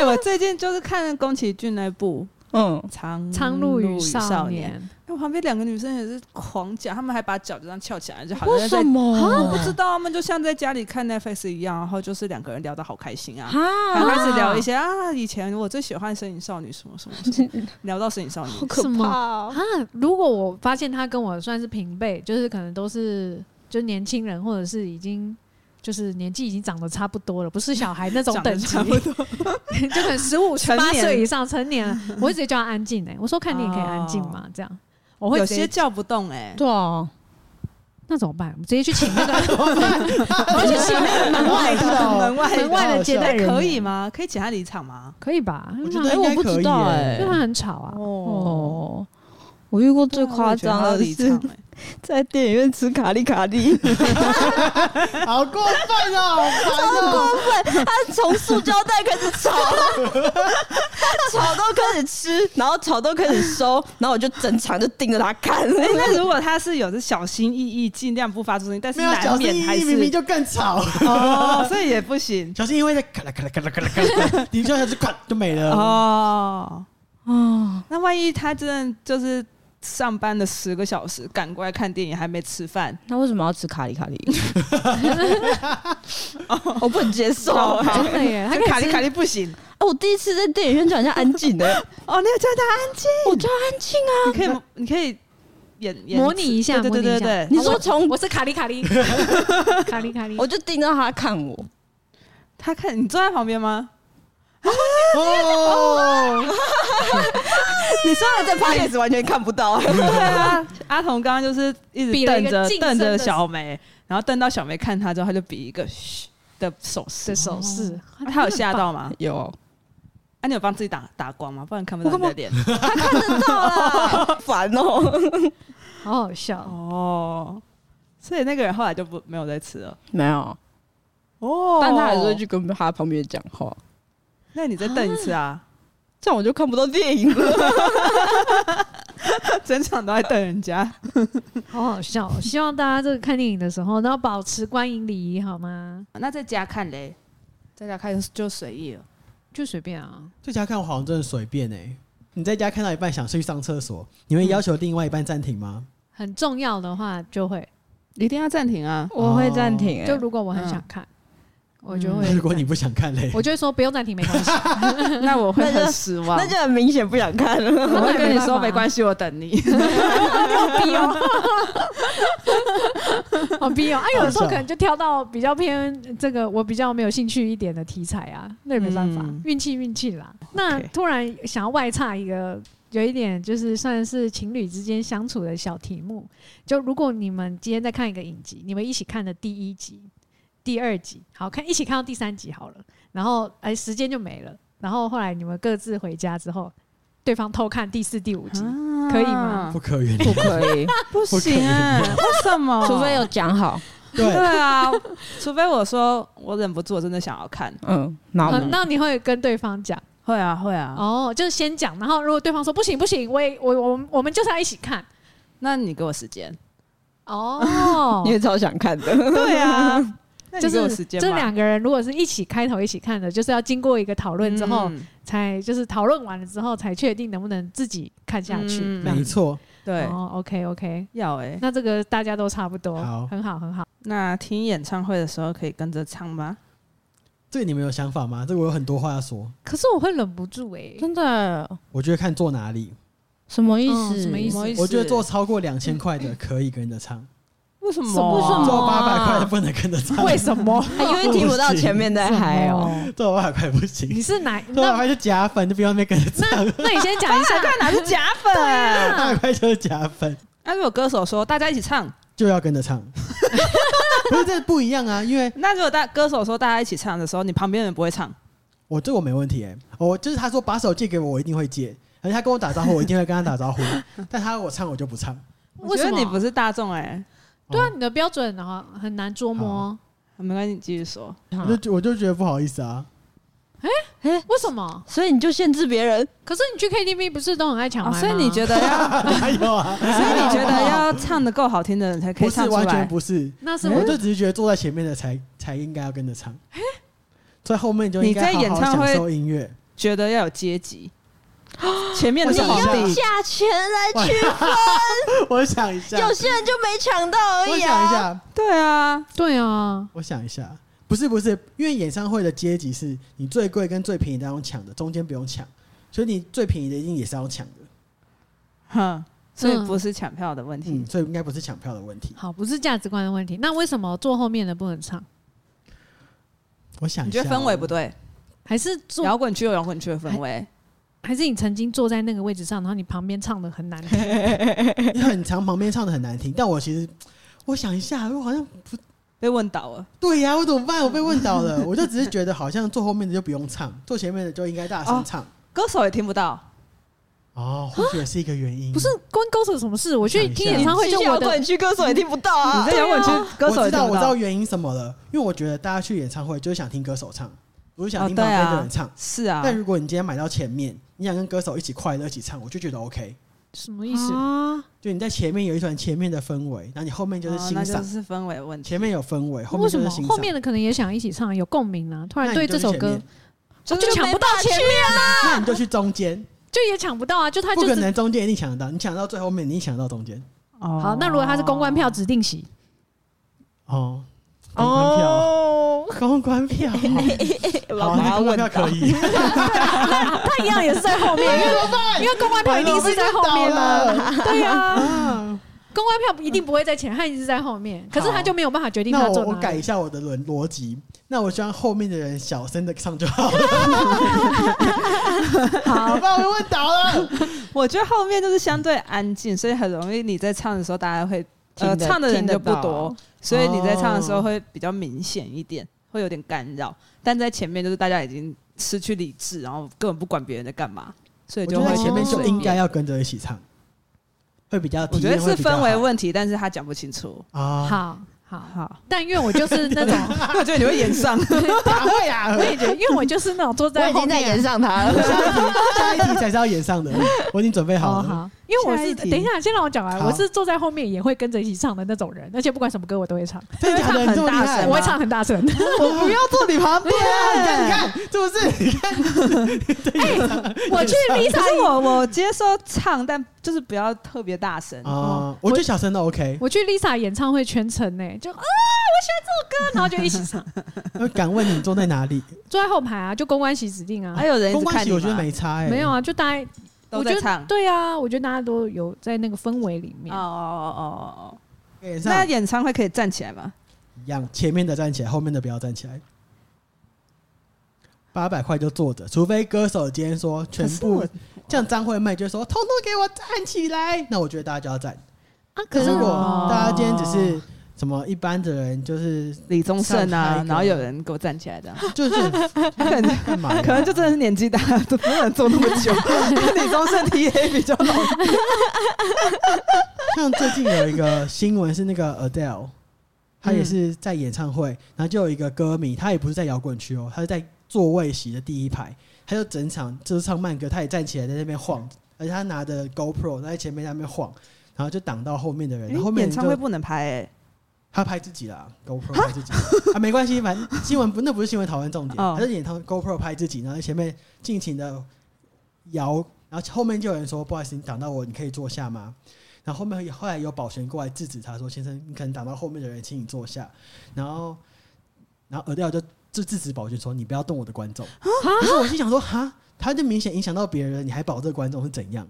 哎、我最近就是看宫崎骏那部
嗯，
《哦嗯苍
《苍鹭
鹭
与
少
少年》
年》，哎那我旁边两个女生也是狂讲，她们还把脚就这样翘起来，就好
为
像在
什么
不知道，她们就像在家里看 Netflix 一样，然后就是两个人聊得好开心啊。还
啊？
开始聊一些啊，以前我最喜欢《身影少女》什么什么 什么，聊到《身影少女》，
好可
什么
怕哦！
啊，如果我发现他跟我算是平辈，就是可能都是就年轻人，或者是已经。就是年纪已经长得差不多了，不是小孩那种
讲
等
的
级，
差不多。
就可能十五、十
成
八
年
岁以上成年了，我会直接叫他安静哎、我说看电影可以安静吗？这样，我会
哦有
直接
些叫不动 哎、
对啊，
那怎么办？我直接去 请那个
而且是那个 门外的
门
门外
门外的接待人员，
可以吗？可以请他离场 吗？
可以吧？
我觉
因为
得
哎
应该
我不
可以
知道
耶
哎
他很吵啊。
哦，
哦，我遇过最夸张的
离
是
场哎，
在电影院吃卡利卡 利，
好过分哦，好烦哦。
他从塑胶袋开始 炒，炒到开始吃，然后炒到开始收，然后我就整场就盯着他看。
哎那如果他是有着小心翼翼，尽量不发出声音，但是
没有小
难
心
免还
翼翼，
是
明明就更吵。
哦，所以也不行
小心翼翼会在咔啦咔啦咔啦咔啦咔啦，你就下去咔就没了。
哦。
啊，
那万一他真的就是上班的十个小时赶过来看电影，还没吃饭，
那为什么要吃卡里卡里？ 我不能接受、 哎
真的 耶，他
这
可以
卡里
吃
卡里不行
我第一次在电影院叫人家安静的、
哦。你有叫他安静，
我叫安静啊！
你可以你可以演演
模拟一下
对对
模拟
对
一下
对对，
你说从
我是卡里卡 里，卡里卡里，
我就盯着他看我，
他看你坐在旁边吗？
哦，
你说的在 p o d c 完全看不到，
对啊，阿童刚刚就是一
比
直
了
瞪
一个
着
晋
瞪
升的
着小梅，然后瞪到小梅看他之后，他就比一个嘘的手势
的。手势，
啊他有吓到吗？
有
啊，你有帮自己打打光吗？不然看不到
我
你
干嘛
的脸。
看得到啦， 烦哦、
好好笑。
哦，所以那个人后来就不没有再吃了。
没有，
哦，
但他还是会去跟他旁边讲话，
那你再瞪一次啊！
这样我就看不到电影了。
整场都在瞪人家。
好好笑哦！希望大家这个看电影的时候，然后保持观影礼仪好吗？
那在家看嘞，在家看就就随意了。
就随便啊，
在家看我好像真的随便哎、你在家看到一半想去上厕所，你会要求另外一半暂停吗？
很重要的话就会。
一定要暂停啊！
我会暂停、欸，
就如果我很想看，我就会
那、。如果你不想看嘞，
我就会说不用暂停，没关系。
那我会
那
很
就
失 望
那。就很明显不想看了。
我会跟你说
那也没办法啊
没关系，我等你。
逼哦，好逼哦！啊，有的时候
好笑
可能就挑到比较偏这个我比较没有兴趣一点的题材啊，那也没办法
嗯，
运气运气啦。那
OK
突然想要外插一个。有一点就是算是情侣之间相处的小题目，就如果你们今天在看一个影集，你们一起看的第一集、第二集，好看一起看到第三集好了，然后哎时间就没了，然后后来你们各自回家之后，对方偷看第四、第五集，
啊
可以吗
不可原
不
谅。
可以，
不行 啊！为什么？
除非有讲好。
对
对，
啊，除非我说我忍不住，我真的想要看。
嗯，然后。
嗯，那你会跟对方讲
会啊，会啊。
哦，就是先讲，然后如果对方说不行不行，我也我我我们就是要一起看
那你给我时间。
哦
你也超想看的。
对啊，那
就
你给我
是
时间
这
吧
两个人如果是一起开头一起看的，就是要经过一个讨论之后，
嗯
才就是讨论完了之后才确定能不能自己看下去。
嗯
没错，
对，
哦，OK OK，
要哎。
那这个大家都差不多，
好
很好很好。
那听演唱会的时候可以跟着唱吗？
这个你们有想法吗？这个我有很多话要说。
可是我会忍不住哎、
真的？
我觉得看坐哪里，
什么意
嗯
思？
什么 意思
什么意思
我觉得做超过两千块的可以跟着唱，
为什么？
什么为什 么
做八百块的不能跟着唱，
为什么？
哎因为听不到前面在嗨 哦、
什么
做八百块不行，
你是 哪？
做八百
那
啊块就加分，就不要那边跟着唱，
那你先讲一下，
哪啊是假粉啊？
八百块就是加分，
那如果歌手说大家一起唱，
就要跟着唱。 不是这不一样啊，因为
那如果大歌手说大家一起唱的时候，你旁边的人不会唱，
我这我没问题哎、我就是他说把手借给我，我一定会借，而且他跟我打招呼，我一定会跟他打招 呼，但他要我唱我就不唱。
我
为
觉
什
得
么
你不是大众哎，
对啊，
哦
你的标准啊很难捉摸。
没关系，你继续说。
我就我就觉得不好意思 啊，
为什么？
所以你就限制别人，
可是你去 KTV 不是都很爱抢麦吗、
哦所以你觉得要，
哪有啊？
所以你觉得 要唱的够好听的人才可以
不是
唱出
完全
来。
不 是，
那是我
我就只是觉得坐在前面的才才应该要跟着唱，在后面就
你
应该
在演
好好
唱会
享受音乐。
觉得要有阶 级，前面的
我
是
想
皇
一
帝，
价钱来去，
我想一下，
有些人就没抢到而
我
已
想一
啊。
下，
对啊，
对啊，
我想一下，不是不是，因为演唱会的阶级是你最贵跟最便宜当中抢的，中间不用抢，所以你最便宜的一定也是要抢的，
嗯
哼，所以不是抢票的问题
嗯，。所以应该不是抢票的问题。
好，不是价值观的问题。那为什么坐后面的不能唱？
我想
你
一
觉
下，
得氛围不对，
还是坐？
摇滚区有摇滚区的氛
哎
围，
还是你曾经坐在那个位置上，然后你旁边唱的很难 听？
哦因为很长，旁边唱的很难听，但我其实我想一下，我好像不
被问倒了。
对呀、我怎么办？我被问倒 了，我就只是觉得好像坐后面的就不用唱，坐前面的就应该大声唱。
歌手也听不到，
哦，或许也是一个原因。
不是关歌手什么事？我去听演唱会就我
摇
的嗯
滚区歌手也听不到
你
啊。
在摇滚区歌手
我
也
知道，
听不
我知道
到。
原因什么了，因为我觉得大家去演唱会就是想听歌手唱，不是想听
哦对
旁
啊
边的人唱。
是啊，
但如果你今天买到前面，你想跟歌手一起快乐一起唱，我就觉得 OK。
什么意思？
啊，
就你在前面有一团前面的氛围，然后你后面就是
哦
欣
那
赏，
就是氛围问题。
前面有氛围，后
为
面
什
就是
么
欣赏。
后面的可能也想一起唱，有共鸣啊？突
那
然
你
对
就
这
去
首
前
歌
面，
哦就抢不到前面，
那你就去中间，
就也抢不到啊！就 他
不
就
可
是
能中间一定抢得到，你抢到最后面，你一定抢得到中间。
哦
好。那如果他是公关票指定席，
哦，公关票，
哦，
公关 票，好，
老
那
啊
妈
公关
问
票可以。
他一样也是在后面，因为 因为公关票一定是在后面
完了我
嘛。对呀。
啊
公关票一定不会在前，他一定是在后面，可是他就没有办法决定
那
他
我
坐
我
哪
改
里。
一下我的逻逻辑，那我希望后面的人小声的唱就 好了，
好
我，把我被问倒了。
我觉得后面就是相对安静，所以很容易你在唱的时候，大家会呃
听得
唱的人
听得
就不
到
多，所以你在唱的
哦
时候会比较明显一点，会有点干扰。但在前面就是大家已经失去理智，然后根本不管别人在干嘛，所以
我
就
觉得
会
前面就
随
应该
便。
要跟着一起唱，会比较
我
体
觉
验
得
会
是
比较好。
氛围问题，但是他讲不清楚。
啊，
好，好，
好，
但因为我就是那种，
我觉得你会演上，
哪会啊
我？也觉得，因为我就是那种坐
我啊
在
已
后
经在
面。
演上他了。
下一题才是要演上的，我已经准备好
哦，
了。
好，因为我
下
是
一题
等一下，先让我讲完。
好
我是坐在后面也会跟着一起唱的那种人，而且不管什么歌我都 会唱，
真的假的？你这么厉
大
害？
声
我会唱很大声。
我不要坐你旁边啊！你看，你看，是不是？ 你看，
我去 Lisa
可 是我我接受唱，但就是不要特别大声。
啊，我觉得小声的 OK，
我去 Lisa 演唱会全程呢、就啊，我喜欢这首歌，然后就一起 唱，
我敢问你坐在哪里？
坐在后排啊，就公关席指定啊，
还有人一
公
直
关
看
系
你
我觉得
吗
没差哎，
没有啊，就大家
都
我觉
在
得
唱。
对啊，我觉得大家都有在那个氛围里面
哦哦。哦哦哦，
欸给上
那演唱会可以站起来吗？
一样，前面的站起来，后面的不要站起来。八百块就坐着，除非歌手今天说全部
可是
像张惠妹就说通通给我站起来，那我觉得大家就要站。
啊，可
可
是
是如果
我
大家今天只
哦
是什么一般的人，就是
李宗盛
上台
啊，
歌
然后有人给我站起来的，
就是
他可能
干嘛呀？
可能就真的是年纪大，都不能坐那么 久。李宗盛 T A 比较老，
像最近有一个新闻是那个 Adele，她
嗯
也是在演唱会，然后就有一个歌迷，她也不是在摇滚区哦，她是在座位席的第一排，她就整场就是唱慢歌，她也站起来在那边晃，而且她拿着 GoPro 她在前面在那边晃，然后就挡到后面的人，然后后面
演
人
唱会
就
不能拍哎。
她拍自己啦，GoPro 拍自己啊，没关系，反正新闻不那不是新闻讨论重点，
哦
她是演唱 GoPro 拍自己，然后前面尽情的摇，然后后面就有人说不好意思，你挡到我，你可以坐下吗？然后后面后来有保全过来制止他说：“先生，你可能挡到后面的人，请你坐下。”然后，然后尔调就就制止保全说：“你不要动我的观众。”可是我心想说：“哈，他就明显影响到别人，你还保这个观众是怎样？”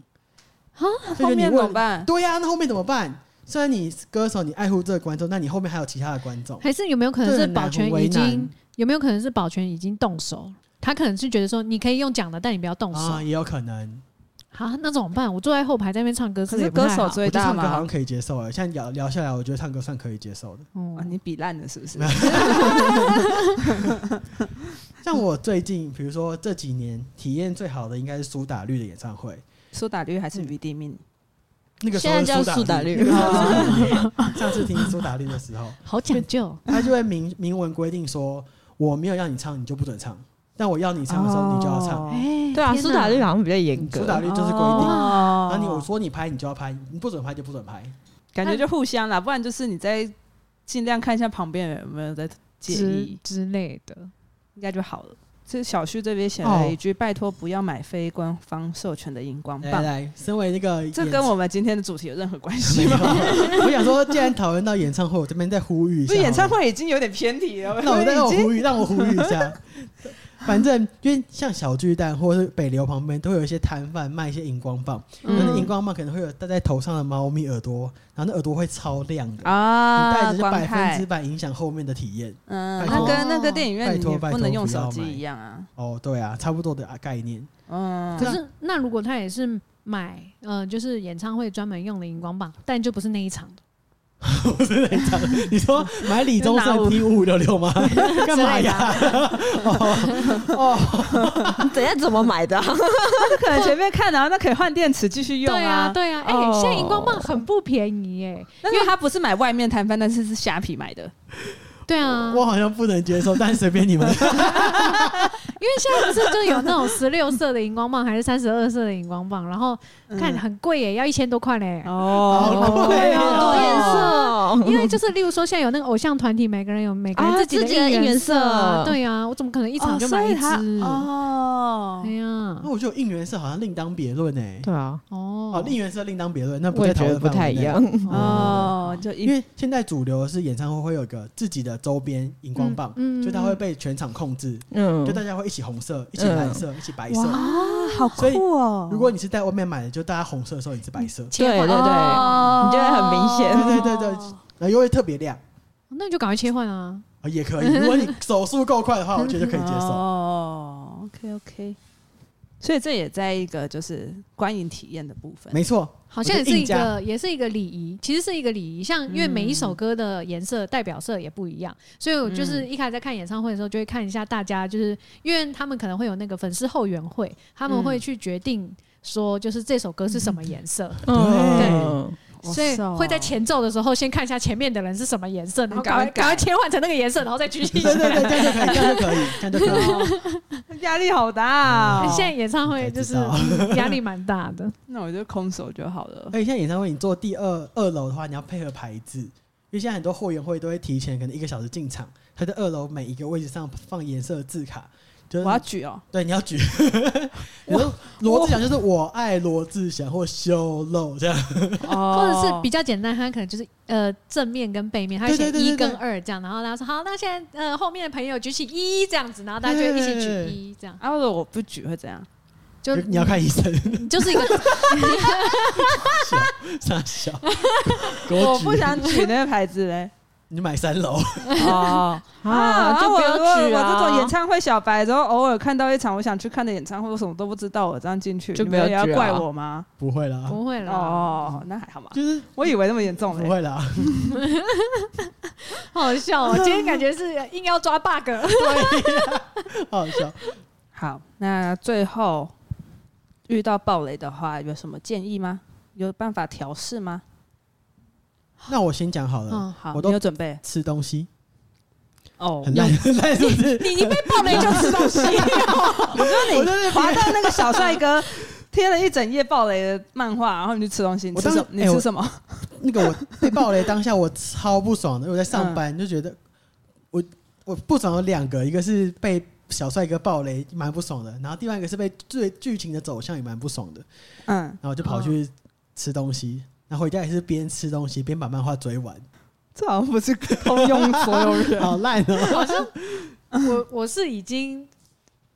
就
后
是你
面怎么
问，
办？
对呀、那后面怎么办？虽然你是歌手，你爱护这个观众，那你后面还有其他的观众，
还是有没有可能
这
是
很难
保全
很为
已经
难
有没有可能是保全已经动手？他可能是觉得说你可以用讲的，但你不要动手
啊，也有可能。
啊。那怎么办？我坐在后排在那边唱歌，
可
也
是
不太
歌
好
手最
我觉
大
得唱歌好
嘛
像，可以接受了。现在聊聊下来，我觉得唱歌算可以接受的。
啊
嗯，
你比烂了是不是？
像我最近，比如说这几年体验最好的应该是苏打绿的演唱会，
苏打绿还是余地命？
那个时
现
候
在
是
叫
苏打绿，哦 上次听苏打绿的时候，
好讲究。
他就会明明文规定说，我没有要你唱，你就不准唱；但我要你唱的时候，你就要唱。
哦
哎，
对啊，
天
苏
哪
打绿好像比较严格。
苏打绿就是规定，
哦
然后你我说你拍，你就要拍；你不准拍就不准拍。
感觉就互相啦，不然就是你在尽量看一下旁边人有没有在介
之
意，
之类的，
应该就好了。这小旭这边写
哦
了一句：“拜托不要买非官方授权的荧光
来
棒。
来，身为那个”
这
演
跟我们今天的主题有任何关
没
系
有
吗？
啊 我想说，既然讨论到演唱会，我这边再呼吁一
不
下。
是演唱会已经有点偏题了，
那我再
已
让我
经
呼吁，让我呼吁一 下。反正因为像小巨蛋或者是北流旁边，都会有一些摊贩卖一些荧光棒，
嗯
那、是荧光棒可能会有戴在头上的猫咪耳朵，然后那耳朵会超亮的，你戴
啊，
着就
光
百分
害
之，百影响后面的体验。
嗯，
拜
那
托
跟那个电影
拜
院里
托
面
拜
不
托
能用
不要
手机
买
一样啊，
哦，对啊，差不多的啊概 念。
嗯，
可是那如果他也是买，呃，就是演唱会专门用的荧光棒，但就不是那一场的，
不是那一张，你说买李宗盛 T 五五 六六吗？干嘛呀？
啊
哦
等一下怎么买的啊？
那可能前面看，然后那可以换电池继续用
对啊，对啊，哎、
哦
现在荧光棒很不便宜耶、
因为他不是买外面摊贩，但是是虾皮买的，
对啊，
我好像不能接受，但随便你们。
因为现在不是就有那种十六色的荧光棒，还是三十二色的荧光棒，然后
嗯
看很贵耶、要一千多块嘞、
哦啊
好贵哦
好多颜色 哦，
因为就是，例如说，现在有那个偶像团体，每个人有每个人
啊
己的
自己的应援色
啊对啊，我怎么可能一场就买一支？
哦
哎，呀
啊那，我觉得应援色好像另当别论诶。
对啊，
哦，
哦，
应援色另当别论，那不
我也
在讨
觉得
论
不
范围
太
内
一样。
哦，就
因
一
为现在主流是演唱会会有一个自己的周边荧光棒，
嗯嗯
就它会被全场控制，
嗯
就，大家会一起红色、一起蓝色、一起白色。
啊，好
所以
哦
如果你是在外面买的，就大家红色的时候你是白色，
对对对，
哦
你就会很明显
对对对对
哦
然后又会特别亮，
那你就赶快切换啊！
啊也可以。 如果你手速够快的话，我觉得就可以接受。
哦，OK OK，所以这也在一个就是观影体验的部分，
没 错，
好像也是
我
一
硬加
个，也是一个礼仪，其实是一个礼仪。像因为每一首歌的颜色代表色也不一样，所以我就是一开始在看演唱会的时候，就会看一下大家，就是因为他们可能会有那个粉丝后援会，他们会去决定说，就是这首歌是什么颜色。
对
嗯，
哦
所以会在前奏的时候先看一下前面的人是什么颜色，然后赶快
赶快改
赶快切换成那个颜色，然后再举起
对
来
对。对，这样就可以，这样就可以，这样就可以。
压力好大哦、
现在演唱会就是
我
嗯压力蛮大的，
那我就空手就好了
而。哎且现在演唱会，你坐第二二楼的话，你要配合牌子，因为现在很多后援会都会提前可能一个小时进场，他在二楼每一个位置上放颜色的字卡，就是
哎
我要举哦、
对你要 举。然后罗志祥就是我爱罗志祥或修漏这样，
哦，
或者是比较简单，他可能就是呃正面跟背面，他
对
写
对对
一
对
跟
对
二这样，然后大家说好，那现在呃后面的朋友举起一这样子，然后大家就一起举一 这样，
啊，如果我不举会怎样？
就
你要看医生，
你就是一 个
傻笑。给
我
举
不想举那个牌子嘞。
你买三楼，
哦
啊，就不要
我
举啊！
我这种演唱会小白，然后偶尔看到一场我想去看的演唱会，我什么都不知道，我这样进去，
就
你
不要
们也要
举啊
怪我吗？
不会啦，
不会了，
哦，那还好嘛，
就是
我以为那么严重
不
嘞。
会啦。
好好笑哦！今天感觉是硬要抓 bug，
好笑。
好，那最后遇到暴雷的话，有什么建议吗？有办法调试吗？
那我先讲好了，
嗯，
好，
我
你
都
有准备
吃东西
哦
很烂， 很烂是不是？
你你被爆雷就吃东西，
那
我在那
你滑到那个小帅哥贴了一整页暴雷的漫画，然后你去吃东西，你
我
吃什
当时
么？你
哎我
吃什么？
那个我被爆雷当下，我超不爽的。因为我在上班就觉得我我不爽有两个，一个是被小帅哥爆雷，蛮不爽的；然后另外一个是被剧剧情的走向也蛮不爽的。
嗯，
然后我就跑去吃东西，然后回家也是边吃东西边把漫画追完，
这好像不是通用所有人。
好烂 哦、
好像我我是已经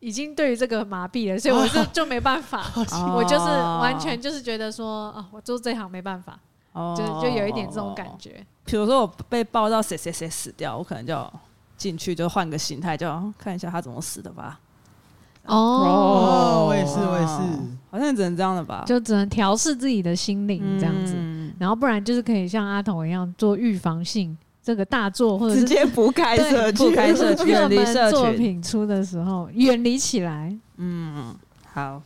已经对于这个麻痹了，所以我是就没 办法，
哦
我就是完全就是觉得说啊，我做这行没办法，
哦
就就有一点这种感。觉。
比如说我被爆到谁谁谁死掉，我可能就进去就换个心态，就哦看一下他怎么死的吧。
哦，我也是，我也是。
好像只能这样了吧？
就只能调试自己的心灵这样子，
嗯
然后不然就是可以像阿童一样做预防性这个大作，或者
直
是
接不开社区，
对
不开 社区，
热
远离
门
社
作
群。
品出的时候远离起来。
嗯，好，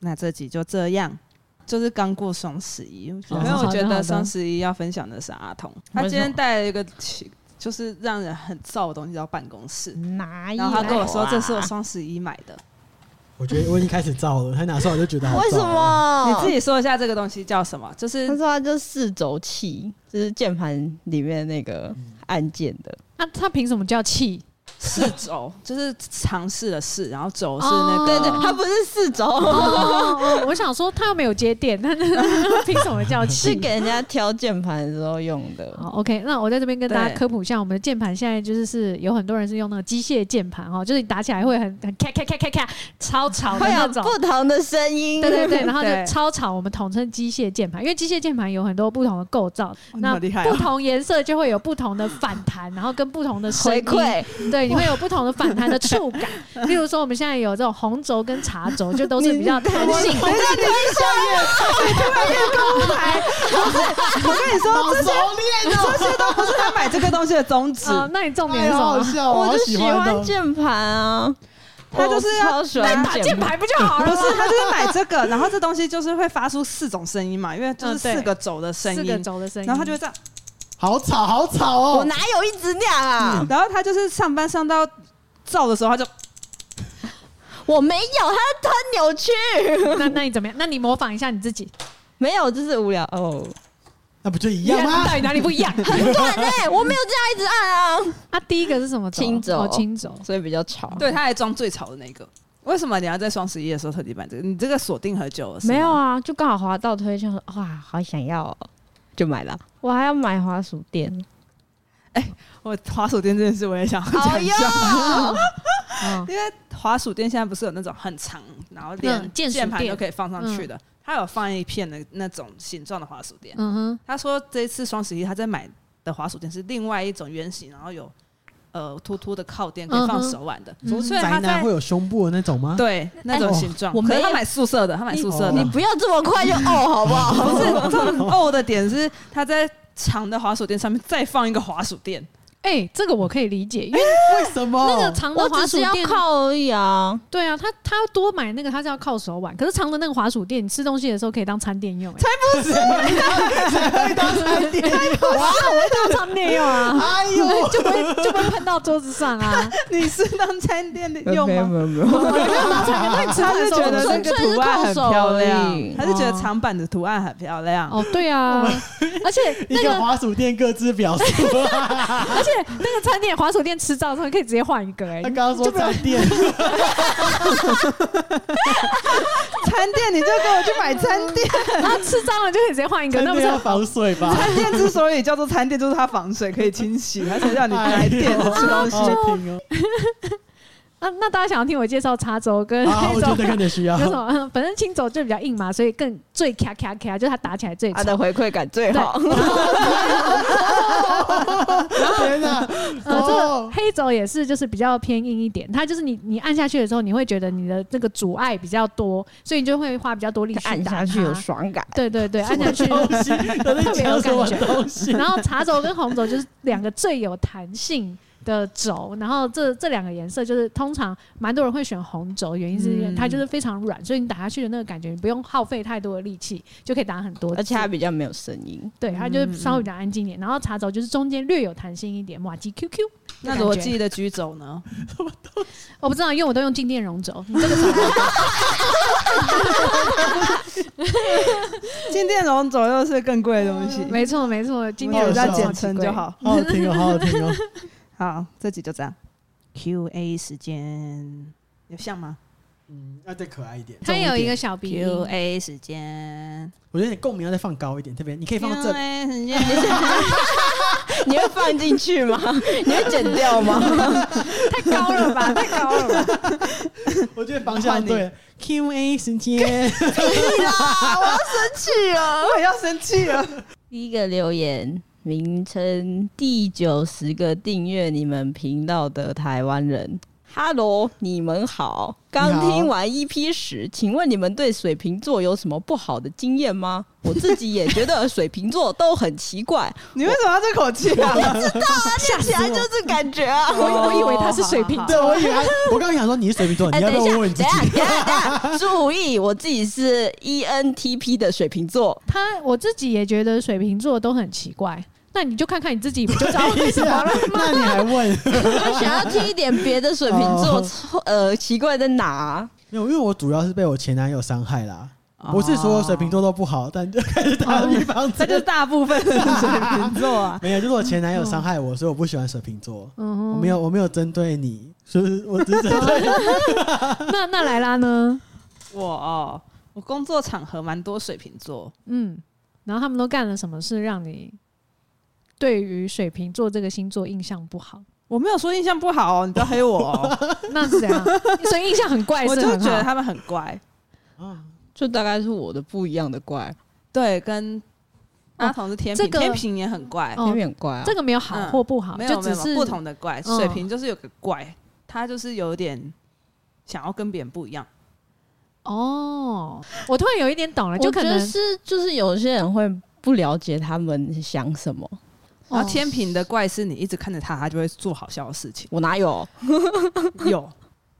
那这集就这样。就是刚过双十一，因为
哦
我觉
好的好
得
的
双十一要分享的是阿童，他
为什
今天
么
带了一个奇就是让人很燥的东西到办公室，
哪有
然
啊？
后他跟我说这是我双十一买的，
我觉得我已经开始造了，他拿出来我就觉得好。
为什？么？
你自己说一下这个东西叫什么？就是
哦他说他就是四轴器，就是键盘里面那个按键的。
那、他凭什么叫气？
试轴，就是尝试的试，然后轴是
哦
那个，
对对，它不是四轴，
哦 我想说他又没有接电，他凭什么叫
是
气？
给人家挑键盘的时候用的。
好，OK，那我在这边跟大家
对
科普一下，我们的键盘现在就是是有很多人是用那个机械键盘哈，就是你打起来会很很咔咔咔咔咔，超吵的
会
那
有
种。
不同的声音。
对对对，然后就
对
超吵，我们统称机械键盘，因为机械键盘有很多不同的构造，
哦你
那
好厉害
不
哦！
同颜色就会有不同的反弹，然后跟不同的声
回
音，
馈，
对，你会有不同的反弹的触感。例如说，我们现在有这种红轴跟茶轴，就都是比较弹性的。
我跟你说，这些这些都不是他买这个东西的宗旨，
啊，那你重点
哎
是
呀，
什
好
么？
笑，
我
好
就
喜
喜
欢
欢
哦。
键盘啊，
他就是
我
要
超喜欢
打键。盘不就好
不
了？
是他就是买这个，然 后这东西就是会发出四种声音嘛，因为就是
嗯对
四个轴的声
四个
音，
轴的声音，
然后他就会这样，
好吵，好吵
我
哦！
哪有一直那样啊？
然后他就是上班上到燥的时候，他就
我没有，它它很扭曲，
那那你怎么样？那你模仿一下你自己，
没有，就是无聊哦。
那不就一样啊吗
到？底哪里不一 样？
很短 哎，我没有这样一直按啊，
啊，第一个是什么轴？
轻轴
哦轻轴。
所以比较吵。
对，他还装最吵的那个。为什么你要在双十一的时候特地买这个？你这个锁定很久了，是吗
没有？啊，就刚好滑到推荐，哇，好想要、哦，就买了。我还要买滑鼠垫，
我滑鼠垫这件事我也想要
哦
讲一下，
嗯
因为滑鼠垫现在不是有那种很长，然后连
嗯键鼠
键盘
垫
都可以放上去的，他有放一片的那种形状的滑鼠垫。
嗯哼，
他说这一次双十一他在买的滑鼠垫是另外一种圆形，然后有呃凸凸的靠垫可以放手腕的，
嗯哼
所以
宅
他
男
在
会有胸部的那种吗？
对那种
哎
形状。
我
可是
没
他
有
买宿舍的，他买宿舍
你
的
你，不要这么快就哦，好不好？
不是这种哦的点是他在长的滑鼠垫上面再放一个滑鼠垫，
哎、这个我可以理解，因为
为什么？
那个长的
我
滑
只
鼠
是要
垫，
靠而已 啊。
对啊，他他多买那个，他是要靠手腕。可是长的那个滑鼠垫，你吃东西的时候可以当餐垫用、欸，
哇，
当餐垫用啊，
哎呦，
就不会就不会碰到桌子上啊。
你是当餐垫的用吗？
有没有，
他是
觉
觉得
得
那
那个
个
图
图
案
案
很
很
漂
漂
亮
亮，他是觉得长版的图案很漂亮。
哦，对啊，而且
一
那
个
个
滑鼠垫各自表述。啊
而且那个餐垫滑鼠垫吃到之后可以直接换一个、
他
欸，
刚刚说彩电，
餐垫，你就跟我去买餐垫。
然后吃脏了就可以直接换一个，
彩
那不
电
是
要防水吧？
餐垫之所以叫做餐垫，就是它防水可以清洗，它才让你来垫着吃东西。
哎好听哦。
啊？那大家想要听我介绍插轴跟
啊，
那
我觉
种
得可能需要
哎有。什 么？反正轻轴就比较硬嘛，所以更最咔咔咔，就是它打起来最
他
啊
吵。
的回馈感最好。
天哪！
呃，这个
哦，
黑轴也是，就是比较偏硬一点。它就是你你按下去的时候，你会觉得你的这个阻碍比较多，所以你就会花比较多力去
按
打
下去有
它
爽感，
对对对，按下去。
东西 都在讲什么东西？
然后茶轴跟红轴就是两个最有弹性的轴，然后这这两个颜色就是通常蛮多人会选红轴，原因是因为它就是非常软，所以你打下去的那个感觉，你不用耗费太多的力气就可以打很多
而
字，
且它比较没有声 音。
对它
嗯
就是稍微比较安静一点。然后茶轴就是中间略有弹性一点，马吉 QQ。
那逻辑的居轴呢？
我哦不知道，因为我都用静电容 轴，你这个
静电容轴又是更贵的东西，
没错没错，静电
有
容
在
轴
简称就。好。
好好听哦，好好听哦。
好，这集就这样。Q&A 时间有像吗
嗯，要再可爱一点。
它有一个小鼻音，
？Q&A 时间，
我觉得你共鸣要再放高一点，特别你可以放到这里。
Q&A 时 间，
你会放进去 吗？你会剪掉吗？
太高 了吧，太高了吧。
我觉得方向对了。Q&A 时间，
去哦。
我也要生气了。
第一个留言名称：第九十个订阅你们频道的台湾人。Hello，你们好。刚听完 EP 十，请问你们对水瓶座有什么不好的经验吗？我自己也觉得水瓶座都很奇 怪，
你为什么要这口气 啊？
看起来就是感觉啊。
我我以为他是水瓶
好好好
对我以为他我刚刚想说你是水瓶座，你要不要
等一下，
问问
等
你
一
自己。
下，？等一下，等一下，注意，我自己是 E ENTP 的水瓶座，
他我自己也觉得水瓶座都很奇怪，那你就看看你自己不就知道为什 么了
啊那你还问？
我想要听一点别的水瓶座
哦，
呃，奇怪在哪、啊
没有，因为我主要是被我前男友伤害啦。
哦
不是所有水瓶座都不好，但就开始打比方
这就是
针。。
大部分的水瓶座啊
没有，就是我前男友伤害我，所以我不喜欢水瓶座。
嗯哼
我没有，我没有针对你，就是我只是 针对
那那莱拉呢？
我哦， 我工作场合蛮多水瓶座，
嗯，然后他们都干了什么事让你对于水瓶座这个星座印象不好？
我没有说印象不好哦，你不要黑我哦。
那是怎样？ 所以印象很 怪
我
是
就
很
觉得
好。
他们很乖，
啊，
就大概是我的不一样的怪，
对，跟阿童是天平，
这个
天平也很怪，
哦
有点怪啊。
这个没有好
嗯
或不好，
没
就
有没
只
有没
是
有不同的怪，
嗯
水瓶就是有个怪，他就是有点想要跟别人不一样。
哦。我突然有一点懂了，
就
就
可
可
能
能
是就是有些人会不了解他们想什么，。
然
哦
后天平的怪是你一直看着他，他就会做好笑的事情
我哪有？
有，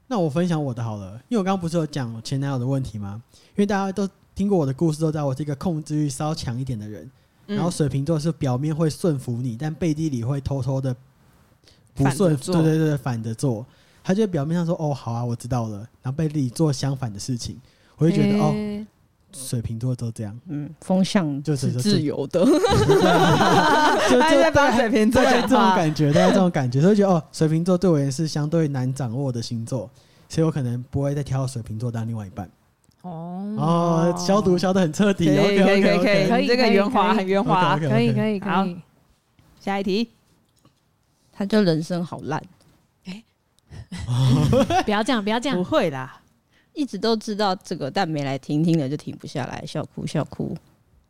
那我分享我的好了，因为我刚刚不是有讲我前男友的问题吗？因为大家都听过我的故事，都知道我是一个控制欲稍强一点的人。
嗯
然后水瓶座是表面会顺服你，但背地里会偷偷的不
反着
顺，对
做
对对，反着做。他就表面上说：“哦，好啊，我知道了。”然后背地里做相反的事情，我就觉得、哦，
诶
水瓶座都这样，
嗯，风向
就是是
自由的，
就
他
就
在帮水 瓶座
大
啊
概
讲
这种
话。
感觉，大概这种感觉， 所以觉得哦，水瓶座对我也是相对难掌握的星座，所以我可能不会再挑水瓶座当另外一半。哦，消毒消的很彻底
可以可以
，OK OK
可以
OK，
可以，
可嗯以
你这个
可以
圆滑
可以
很圆滑。
可以可以可
好
以，
下一题，
他就人生好烂，
不要这样，不要这样
不。会啦，
一直都知道这个，但没来听，听了就停不下来，笑哭笑哭。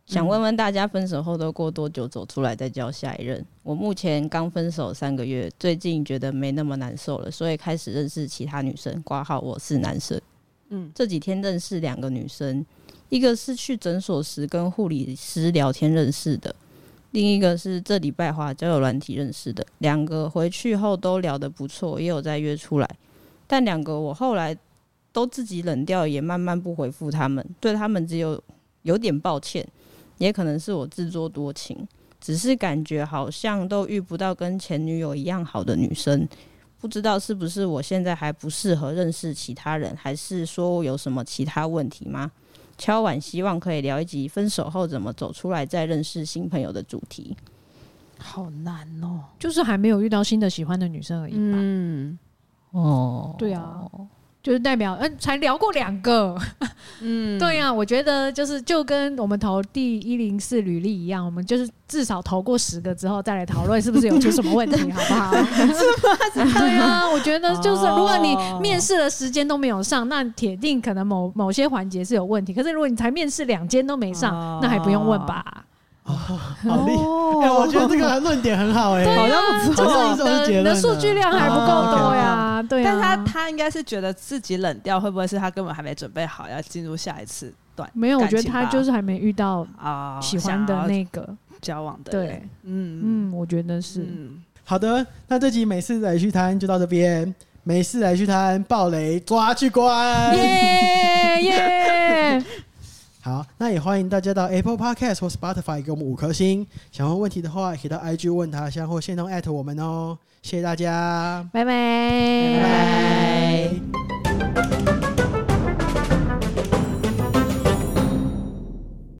想问问大家，分手后都过多久走出来再交下一任？我目前刚分手三个月，最近觉得没那么难受了，所以开始认识其他女生。挂号我是男生，
嗯，
这几天认识两个女生，一个是去诊所时跟护理师聊天认识的，另一个是这礼拜滑交友软体认识的，两个回去后都聊得不错，也有在约出来，但两个我后来都自己冷掉，也慢慢不回复他们，对他们只有有点抱歉，也可能是我自作多情，只是感觉好像都遇不到跟前女友一样好的女生。不知道是不是我现在还不适合认识其他人，还是说我有什么其他问题吗？敲碗希望可以聊一集分手后怎么走出来再认识新朋友的主题。
好难哦。
就是还没有遇到新的喜欢的女生而已吧。
嗯
哦，
对啊，就是代表，嗯、才聊过两个，
嗯，
对呀、我觉得就是就跟我们投第一零四履历一样，我们就是至少投过十个之后再来讨论是不是有出什么问题，好 不好？对啊，我觉得就是如果你
哦
面试的时间都没有上，那铁定可能某某些环节是有问题。可是如果你才面试两间都没上，
哦
那还不用问吧？
好
哦
厉害！哎、我觉得这个论点很好哎、
好像不
就
错。
好像
是你
一种结
的你啊
论啊
的
了
数据量还不够多呀，对啊。
哦哎但他他应该是觉得自己冷掉，会不会是他根本还没准备好要进入下一次段？
没有，我觉
感
得
情吧
他就是还没遇到
啊、
喜欢的
想要
那个。
交往的人
对，，
嗯嗯
嗯，我觉得是。
嗯，
好的，那这集美式来去摊就到这边，美式来去摊，暴雷抓去
嗯
关。
耶 耶！
好，那也欢迎大家到 Apple Podcast 或 Spotify 给我们五颗星。想问问题的话，也可以到 IG 问他箱或线通 at 我们哦。谢谢大家，
拜拜，
拜拜。